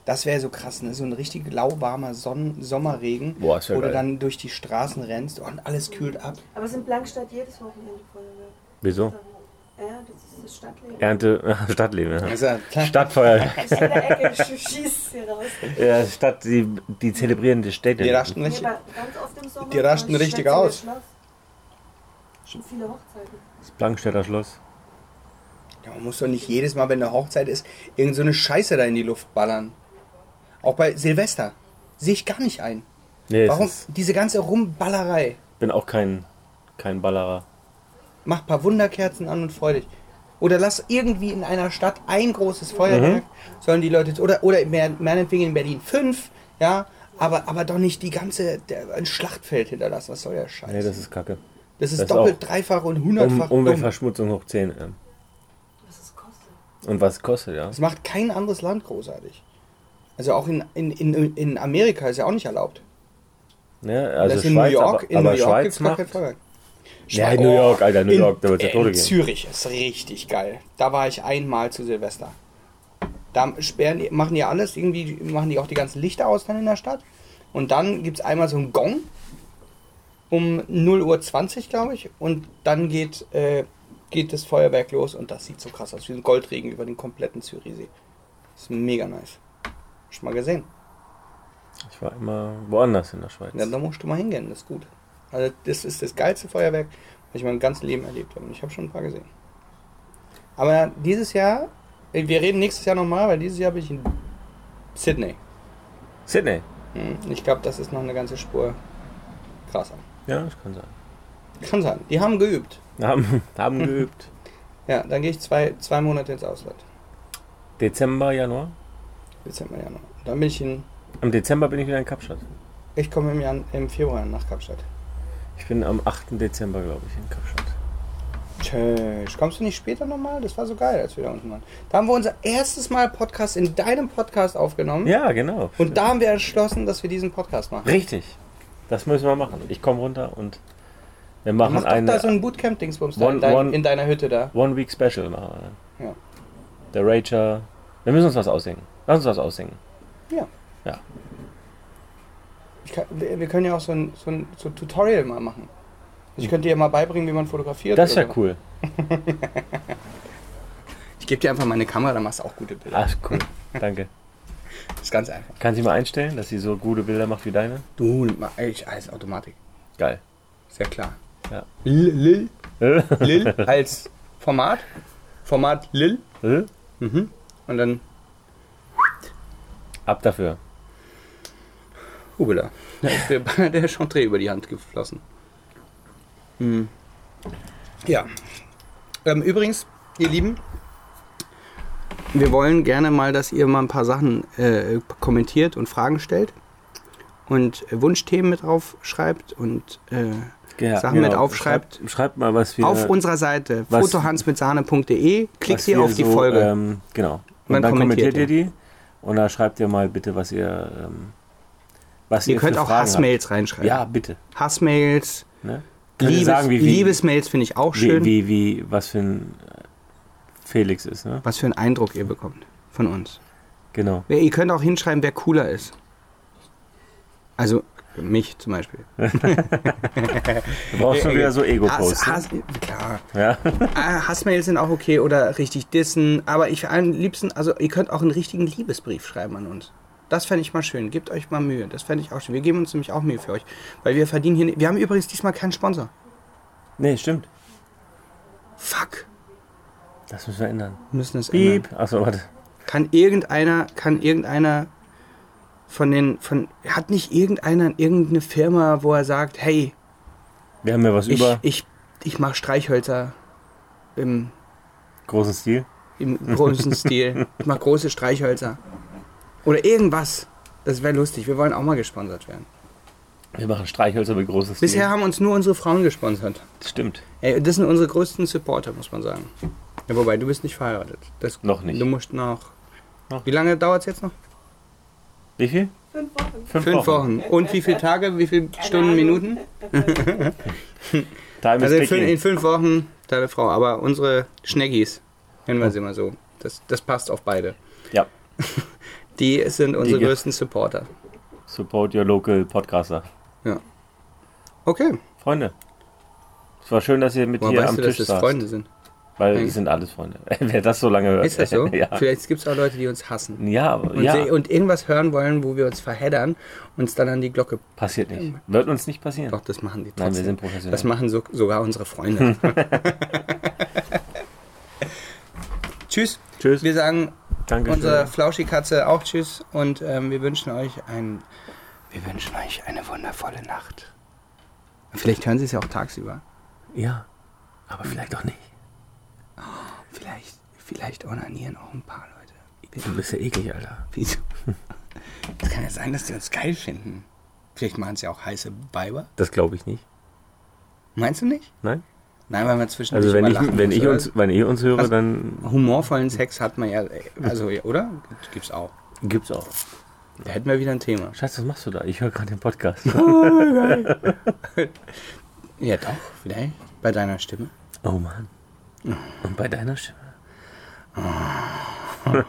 [SPEAKER 2] Das wäre so krass, ne? So ein richtig lauwarmer Sonn Sommerregen,
[SPEAKER 1] Boah, ist ja
[SPEAKER 2] wo du
[SPEAKER 1] geil.
[SPEAKER 2] dann durch die Straßen rennst und alles kühlt ab.
[SPEAKER 4] Aber es ist in Blankstadt jedes Wochenende ne? Feuerwerk.
[SPEAKER 1] Wieso?
[SPEAKER 4] Ja, das ist das Stadtleben.
[SPEAKER 1] Ernte, ah, Stadtleben. Ja.
[SPEAKER 2] Also, klar,
[SPEAKER 1] Stadtfeuerwerk.
[SPEAKER 4] Aus jeder Ecke sch- schießt hier raus.
[SPEAKER 1] Ja, Stadt, die, die zelebrieren die Städte.
[SPEAKER 2] die rasten
[SPEAKER 4] Nee,
[SPEAKER 2] richtig.
[SPEAKER 4] aber ganz oft im Sommer.
[SPEAKER 2] Die rasten
[SPEAKER 4] das
[SPEAKER 2] richtig
[SPEAKER 4] schmeckt so
[SPEAKER 2] aus.
[SPEAKER 4] wie Schloss. Schon viele Hochzeiten.
[SPEAKER 1] Das Blankenstädter Schloss.
[SPEAKER 2] Ja, man muss doch nicht jedes Mal, wenn eine Hochzeit ist, irgend so eine Scheiße da in die Luft ballern. Auch bei Silvester. Sehe ich gar nicht ein.
[SPEAKER 1] Nee, es
[SPEAKER 2] Warum
[SPEAKER 1] Ist,
[SPEAKER 2] diese ganze Rumballerei?
[SPEAKER 1] bin auch kein, kein Ballerer.
[SPEAKER 2] Mach ein paar Wunderkerzen an und freu dich. Oder lass irgendwie in einer Stadt ein großes Feuerwerk,
[SPEAKER 1] Mhm.
[SPEAKER 2] sollen die Leute, oder, oder mehr- meinetwegen in Berlin fünf, ja, aber, aber doch nicht die ganze der, ein Schlachtfeld hinterlassen. Was soll der Scheiß?
[SPEAKER 1] Nee, das ist kacke.
[SPEAKER 2] Das ist
[SPEAKER 1] Das
[SPEAKER 2] doppelt,
[SPEAKER 1] auch.
[SPEAKER 2] dreifach und
[SPEAKER 1] Um,
[SPEAKER 2] hundertfach dumm.
[SPEAKER 1] Umweltverschmutzung hoch 10. ja.
[SPEAKER 4] Was es kostet.
[SPEAKER 1] Und was kostet, ja?
[SPEAKER 2] Das macht kein anderes Land großartig. Also auch in, in, in, in Amerika ist ja auch nicht erlaubt.
[SPEAKER 1] ja also Schweiz,
[SPEAKER 2] das in New York,
[SPEAKER 1] aber,
[SPEAKER 2] in
[SPEAKER 1] aber
[SPEAKER 2] New York
[SPEAKER 1] Schweiz
[SPEAKER 2] gibt's gar
[SPEAKER 1] macht...
[SPEAKER 2] kein Feuerwerk.
[SPEAKER 1] Ja, in New York, Alter, New
[SPEAKER 2] in-
[SPEAKER 1] York, da wird ja
[SPEAKER 2] äh,
[SPEAKER 1] Tode
[SPEAKER 2] in
[SPEAKER 1] gehen.
[SPEAKER 2] Zürich ist richtig geil. Da war ich einmal zu Silvester. Da sperren die, machen die alles, irgendwie machen die auch die ganzen Lichter aus dann in der Stadt. Und dann gibt es einmal so einen Gong um 0.20 Uhr, glaube ich. Und dann geht, äh, geht das Feuerwerk los und das sieht so krass aus, wie ein Goldregen über den kompletten Zürichsee. Ist mega nice. Schon mal gesehen.
[SPEAKER 1] Ich war immer woanders in der Schweiz.
[SPEAKER 2] Ja, da musst du mal hingehen, das ist gut. Also das ist das geilste Feuerwerk, was ich mein ganzes Leben erlebt habe. Und ich habe schon ein paar gesehen. Aber dieses Jahr, äh, wir reden nächstes Jahr nochmal, weil dieses Jahr bin ich in Sydney.
[SPEAKER 1] Sydney.
[SPEAKER 2] Hm, Ich glaube, das ist noch eine ganze Spur krasser.
[SPEAKER 1] Ja, das kann sein.
[SPEAKER 2] Kann sein. Die haben geübt.
[SPEAKER 1] Haben, haben geübt.
[SPEAKER 2] Ja, dann gehe ich zwei, zwei Monate ins Ausland.
[SPEAKER 1] Dezember, Januar.
[SPEAKER 2] Dezember, Januar. Dann bin ich in,
[SPEAKER 1] Am Dezember bin ich wieder in Kapstadt.
[SPEAKER 2] ich komme im, Jan, im Februar nach Kapstadt.
[SPEAKER 1] Ich bin am 8. Dezember, glaube ich, in Kapstadt.
[SPEAKER 2] Tschüss. Kommst du nicht später nochmal? Das war so geil, als wir da unten waren. Da haben wir unser erstes Mal Podcast in deinem Podcast aufgenommen.
[SPEAKER 1] Ja, genau.
[SPEAKER 2] Und da haben wir entschlossen, dass wir diesen Podcast machen.
[SPEAKER 1] Richtig. Das müssen wir machen. Ich komme runter und wir machen
[SPEAKER 2] Mach doch
[SPEAKER 1] eine
[SPEAKER 2] da so ein Bootcamp-Dingsbums da in,
[SPEAKER 1] One-
[SPEAKER 2] dein,
[SPEAKER 1] one-
[SPEAKER 2] in deiner Hütte da.
[SPEAKER 1] One-Week-Special. Machen wir dann.
[SPEAKER 2] Ja.
[SPEAKER 1] Der Rager. Wir müssen uns was ausdenken. Lass uns was ausdenken.
[SPEAKER 2] Ich kann, wir wir können ja auch so ein, so ein so ein Tutorial mal machen. Ich könnte dir mal beibringen, wie man fotografiert.
[SPEAKER 1] Das ist
[SPEAKER 2] oder
[SPEAKER 1] ja cool.
[SPEAKER 2] so. Ich gebe dir einfach meine Kamera, dann machst du auch gute Bilder.
[SPEAKER 1] Ach, cool. Danke. Ah.
[SPEAKER 2] Ist ganz einfach.
[SPEAKER 1] Kann sie mal einstellen, dass sie so gute Bilder macht wie deine?
[SPEAKER 2] Du, ma- ich, alles Automatik.
[SPEAKER 1] Geil.
[SPEAKER 2] Ist ja klar.
[SPEAKER 1] Ja.
[SPEAKER 2] Lil, Lil, Lil als Format. Format Lil.
[SPEAKER 1] Äh?
[SPEAKER 2] Mhm. Und dann
[SPEAKER 1] Ab dafür.
[SPEAKER 2] Hubela. Da ist mir beinahe der Chantre über die Hand geflossen. Hm. Ja. Ähm, übrigens, ihr Lieben, wir wollen gerne mal, dass ihr mal ein paar Sachen äh, kommentiert und Fragen stellt und äh, Wunschthemen mit aufschreibt und äh,
[SPEAKER 1] Ja,
[SPEAKER 2] Sachen mit aufschreibt.
[SPEAKER 1] Genau. Schreibt, schreibt mal, was wir.
[SPEAKER 2] auf unserer Seite
[SPEAKER 1] was-
[SPEAKER 2] fotohansmitsahne.de klickt
[SPEAKER 1] was
[SPEAKER 2] ihr
[SPEAKER 1] wir
[SPEAKER 2] auf die
[SPEAKER 1] so,
[SPEAKER 2] Folge.
[SPEAKER 1] Ähm, genau. Und
[SPEAKER 2] Dann
[SPEAKER 1] dann,
[SPEAKER 2] kommentiert
[SPEAKER 1] kommentiert ihr die und da schreibt ihr mal bitte, was ihr. Ähm, was
[SPEAKER 2] ihr
[SPEAKER 1] für
[SPEAKER 2] könnt auch
[SPEAKER 1] Fragen
[SPEAKER 2] Hassmails
[SPEAKER 1] habt.
[SPEAKER 2] reinschreiben.
[SPEAKER 1] Ja, bitte.
[SPEAKER 2] Hassmails,
[SPEAKER 1] Ne? Könnt ihr
[SPEAKER 2] Liebes,
[SPEAKER 1] sagen, wie, wie,
[SPEAKER 2] Liebesmails finde ich auch schön.
[SPEAKER 1] wie, wie, wie, was für ein äh, Felix ist, ne?
[SPEAKER 2] was für einen Eindruck ihr bekommt von uns.
[SPEAKER 1] Genau.
[SPEAKER 2] Wer- Ihr könnt auch hinschreiben, wer cooler ist. Also mich zum Beispiel.
[SPEAKER 1] Du brauchst schon wieder so
[SPEAKER 2] Hass,
[SPEAKER 1] Ego-Posts. Ne?
[SPEAKER 2] Hass, klar.
[SPEAKER 1] Ja.
[SPEAKER 2] Ah, Hassmails sind auch okay oder richtig dissen. Aber ich am liebsten, also ihr könnt auch einen richtigen Liebesbrief schreiben an uns. Das fände ich mal schön. Gebt euch mal Mühe. Das fände ich auch schön. Wir geben uns nämlich auch Mühe für euch. Weil wir verdienen hier. ni- Wir haben übrigens diesmal keinen Sponsor.
[SPEAKER 1] Nee, stimmt.
[SPEAKER 2] Fuck.
[SPEAKER 1] Das müssen wir ändern.
[SPEAKER 2] Wir müssen das ändern.
[SPEAKER 1] Piep. Achso, warte.
[SPEAKER 2] Kann irgendeiner, kann irgendeiner von den, von, hat nicht irgendeiner irgendeine Firma, wo er sagt, hey,
[SPEAKER 1] Wir haben ja was
[SPEAKER 2] ich,
[SPEAKER 1] über.
[SPEAKER 2] ich, ich mache Streichhölzer im,
[SPEAKER 1] Großen Stil.
[SPEAKER 2] im großen Stil. Ich mache große Streichhölzer. Oder irgendwas. Das wäre lustig. Wir wollen auch mal gesponsert werden.
[SPEAKER 1] Wir machen Streichhölzer mit großen Stil.
[SPEAKER 2] Bisher haben uns nur unsere Frauen gesponsert.
[SPEAKER 1] Stimmt.
[SPEAKER 2] Ey, das sind unsere größten Supporter, muss man sagen. Ja, wobei, du bist nicht verheiratet. Das,
[SPEAKER 1] Noch nicht.
[SPEAKER 2] Du musst noch.
[SPEAKER 1] Noch.
[SPEAKER 2] Wie lange dauert es jetzt noch?
[SPEAKER 1] Wie viel?
[SPEAKER 4] Fünf Wochen.
[SPEAKER 1] Fünf,
[SPEAKER 2] Fünf Wochen. Und wie viele Tage, wie viele Stunden, Minuten?
[SPEAKER 1] Time
[SPEAKER 2] Also in,
[SPEAKER 1] is
[SPEAKER 2] fün in
[SPEAKER 1] ticking.
[SPEAKER 2] fünf Wochen deine Frau, aber unsere Schneggis, nennen wir sie mal so, das, das passt auf beide.
[SPEAKER 1] Ja.
[SPEAKER 2] Die sind unsere
[SPEAKER 1] Die-
[SPEAKER 2] größten Supporter.
[SPEAKER 1] Support your local podcaster.
[SPEAKER 2] Okay,
[SPEAKER 1] Freunde. Es war schön, dass ihr mit
[SPEAKER 2] woher
[SPEAKER 1] hier am
[SPEAKER 2] weißt du, dass
[SPEAKER 1] Tisch
[SPEAKER 2] das
[SPEAKER 1] saßt.
[SPEAKER 2] Freunde sind?
[SPEAKER 1] Weil
[SPEAKER 2] Hm.
[SPEAKER 1] es sind alles Freunde. Wer das so lange hört.
[SPEAKER 2] Ist das so?
[SPEAKER 1] ja.
[SPEAKER 2] Vielleicht gibt es auch Leute, die uns hassen.
[SPEAKER 1] Ja, aber-
[SPEAKER 2] Und, se-
[SPEAKER 1] ja.
[SPEAKER 2] und irgendwas hören wollen, wo wir uns verheddern, uns dann an die Glocke.
[SPEAKER 1] Passiert nicht. Wird uns nicht passieren.
[SPEAKER 2] Doch, das machen die trotzdem.
[SPEAKER 1] Nein, wir sind professionell.
[SPEAKER 2] das machen so, sogar unsere Freunde. Tschüss.
[SPEAKER 1] Tschüss.
[SPEAKER 2] Wir sagen
[SPEAKER 1] Danke
[SPEAKER 2] Unsere Flauschikatze auch tschüss und ähm, wir wünschen euch ein, wir wünschen euch eine wundervolle Nacht. Vielleicht hören Sie es ja auch tagsüber.
[SPEAKER 1] Ja. Aber vielleicht auch nicht.
[SPEAKER 2] Vielleicht, vielleicht onanieren auch ein paar Leute.
[SPEAKER 1] Du bist ja eklig, Alter.
[SPEAKER 2] Wieso? Es kann ja sein, dass die uns geil finden. Vielleicht machen es ja auch heiße Weiber.
[SPEAKER 1] Das glaube ich nicht.
[SPEAKER 2] Meinst du nicht?
[SPEAKER 1] Nein?
[SPEAKER 2] Nein, weil man zwischendurch
[SPEAKER 1] Also wenn
[SPEAKER 2] immer
[SPEAKER 1] ich,
[SPEAKER 2] lachen
[SPEAKER 1] wenn
[SPEAKER 2] muss,
[SPEAKER 1] ich
[SPEAKER 2] oder?
[SPEAKER 1] uns, wenn ich uns höre,
[SPEAKER 2] Also-
[SPEAKER 1] dann
[SPEAKER 2] Humorvollen Sex hat man ja, also, ja, oder? Gibt's auch.
[SPEAKER 1] gibt's auch.
[SPEAKER 2] Da hätten wir wieder ein Thema.
[SPEAKER 1] Scheiße, was machst du da? Ich höre gerade den Podcast.
[SPEAKER 2] Ja, doch, vielleicht. Bei deiner Stimme.
[SPEAKER 1] Oh Mann. Und bei deiner Stimme?
[SPEAKER 2] Ah.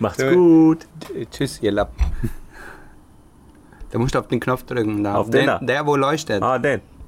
[SPEAKER 1] Macht's
[SPEAKER 2] So,
[SPEAKER 1] gut.
[SPEAKER 2] T- Äh, Tschüss, ihr Lappen. Da musst du auf den Knopf drücken. Da.
[SPEAKER 1] Auf den
[SPEAKER 2] der,
[SPEAKER 1] da.
[SPEAKER 2] der, wo leuchtet.
[SPEAKER 1] Ah, denn.